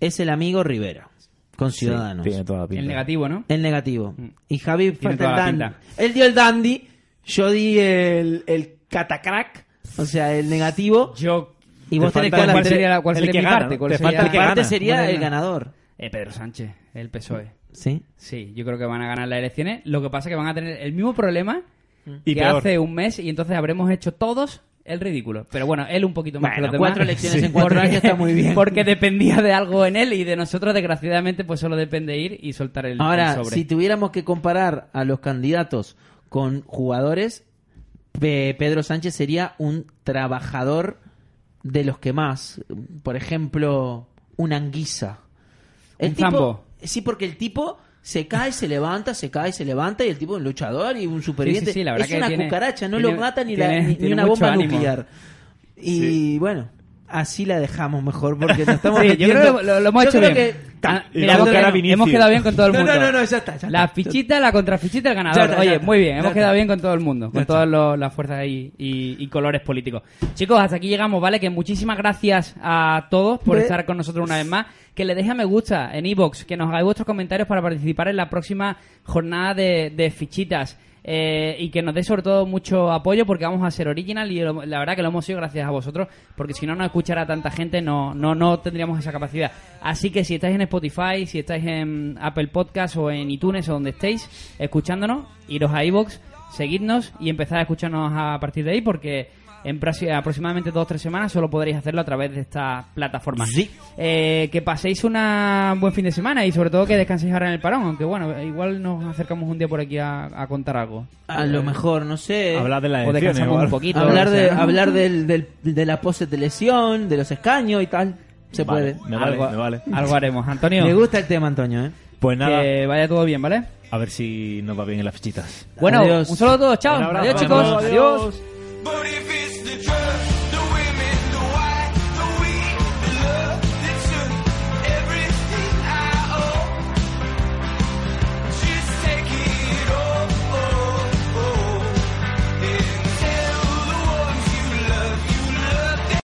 S4: es el amigo Rivera, con Ciudadanos.
S5: toda la
S3: El negativo,
S5: Eh,
S3: ¿no?
S4: el negativo.
S5: Mm.
S4: Y Javi falta
S3: toda la
S4: el dandy.
S3: pinta.
S4: Él dio el dandy, yo di el, el catacrack, o sea, el negativo.
S3: Yo
S4: Y vos
S5: Te
S4: tenés
S5: falta
S4: que
S5: el
S3: ¿Cuál
S5: que-
S3: sería, la- cuál
S5: el
S3: sería
S5: que
S3: mi
S5: gana,
S3: parte?
S5: ¿no?
S3: ¿Cuál
S5: Te
S3: sería-
S5: falta
S4: La
S5: el que
S4: parte
S5: gana.
S4: sería
S3: Bueno,
S4: el
S3: no.
S4: ganador.
S3: Eh, Pedro Sánchez, el PSOE.
S4: ¿Sí?
S3: E. Sí, yo creo que van a ganar las elecciones. Lo que pasa es que van a tener el mismo problema
S5: Y
S3: que
S5: peor.
S3: hace un mes y entonces habremos hecho todos el ridículo. Pero bueno, él un poquito más
S4: Bueno,
S3: que los demás.
S4: cuatro elecciones en cuatro años está muy bien.
S3: Porque dependía de algo en él y de nosotros, desgraciadamente, pues solo depende ir y soltar el, el
S4: Ahora,
S3: sobre.
S4: si tuviéramos que comparar a los candidatos con jugadores, Pe- Pedro Sánchez sería un trabajador de los que más. Por ejemplo, un anguisa.
S3: Un
S4: tipo,
S3: Zambo.
S4: Sí, porque el tipo se cae, se levanta, se cae, se levanta y el tipo es un luchador y un superviviente.
S3: Sí, sí, sí, la verdad
S4: es
S3: que
S4: una
S3: tiene-
S4: cucaracha, no
S3: tiene-
S4: lo mata ni,
S3: tiene-
S4: la- ni- ni
S3: tiene
S4: una
S3: mucho
S4: bomba
S3: ánimo.
S4: nuclear. Y bueno, así la dejamos mejor porque nos estamos
S3: Sí, yo
S4: metiendo-
S3: creo que lo, lo hemos
S4: Yo
S3: hecho bien.
S4: creo que-
S3: Ah,
S5: y
S3: mira, hemos,
S5: luego que ahora
S3: quedado-
S5: Vinicius.
S3: hemos quedado bien con todo el
S4: No,
S3: mundo.
S4: no, no, no, ya está, ya
S3: La
S4: está.
S3: fichita, la contrafichita, el ganador.
S4: Ya está, ya
S3: Oye,
S4: está.
S3: muy bien,
S4: Ya
S3: hemos
S4: está.
S3: quedado bien con todo el mundo,
S4: Ya
S3: con
S4: está.
S3: todas lo- las fuerzas ahí y, y colores políticos. Chicos, hasta aquí llegamos, ¿vale? Que muchísimas gracias a todos por
S4: Ve-
S3: estar con nosotros una vez más. Que le deje a me gusta en iBox, que nos hagáis vuestros comentarios para participar en la próxima jornada de, de fichitas. Eh, y que nos dé sobre todo mucho apoyo porque vamos a ser original y lo- la verdad que lo hemos sido gracias a vosotros porque si no nos escuchara tanta gente no, no, no tendríamos esa capacidad. Así que si estáis en Spotify, si estáis en Apple Podcast o en iTunes o donde estéis escuchándonos, iros a iVoox, seguidnos y empezad a escucharnos a partir de ahí porque en proxi- aproximadamente dos o tres semanas solo podréis hacerlo a través de esta plataforma.
S4: Sí.
S3: Eh, que paséis una- un buen fin de semana y sobre todo que descanséis ahora en el parón, aunque bueno, igual nos acercamos un día por aquí a, a contar algo.
S4: A lo mejor, no sé.
S5: Eh, Hablar de las
S3: O
S5: elecciones.
S3: descansamos
S5: o
S3: un
S5: algo.
S3: poquito.
S4: hablar
S3: o
S4: de,
S3: sea.
S4: hablar del, del- de la pose de lesión, de los escaños y tal. Se
S5: Vale,
S4: puede.
S5: Me vale,
S3: algo,
S5: me vale.
S3: algo haremos. Antonio,
S4: Me gusta el tema, Antonio, ¿eh?
S5: Pues nada,
S3: que vaya todo bien, ¿vale?
S5: a ver si nos va bien en las fichitas.
S3: Bueno,
S4: Adiós.
S3: un saludo a todos, chao.
S5: Un abrazo,
S3: Adiós, chicos.
S5: adiós.
S3: adiós.
S2: oh,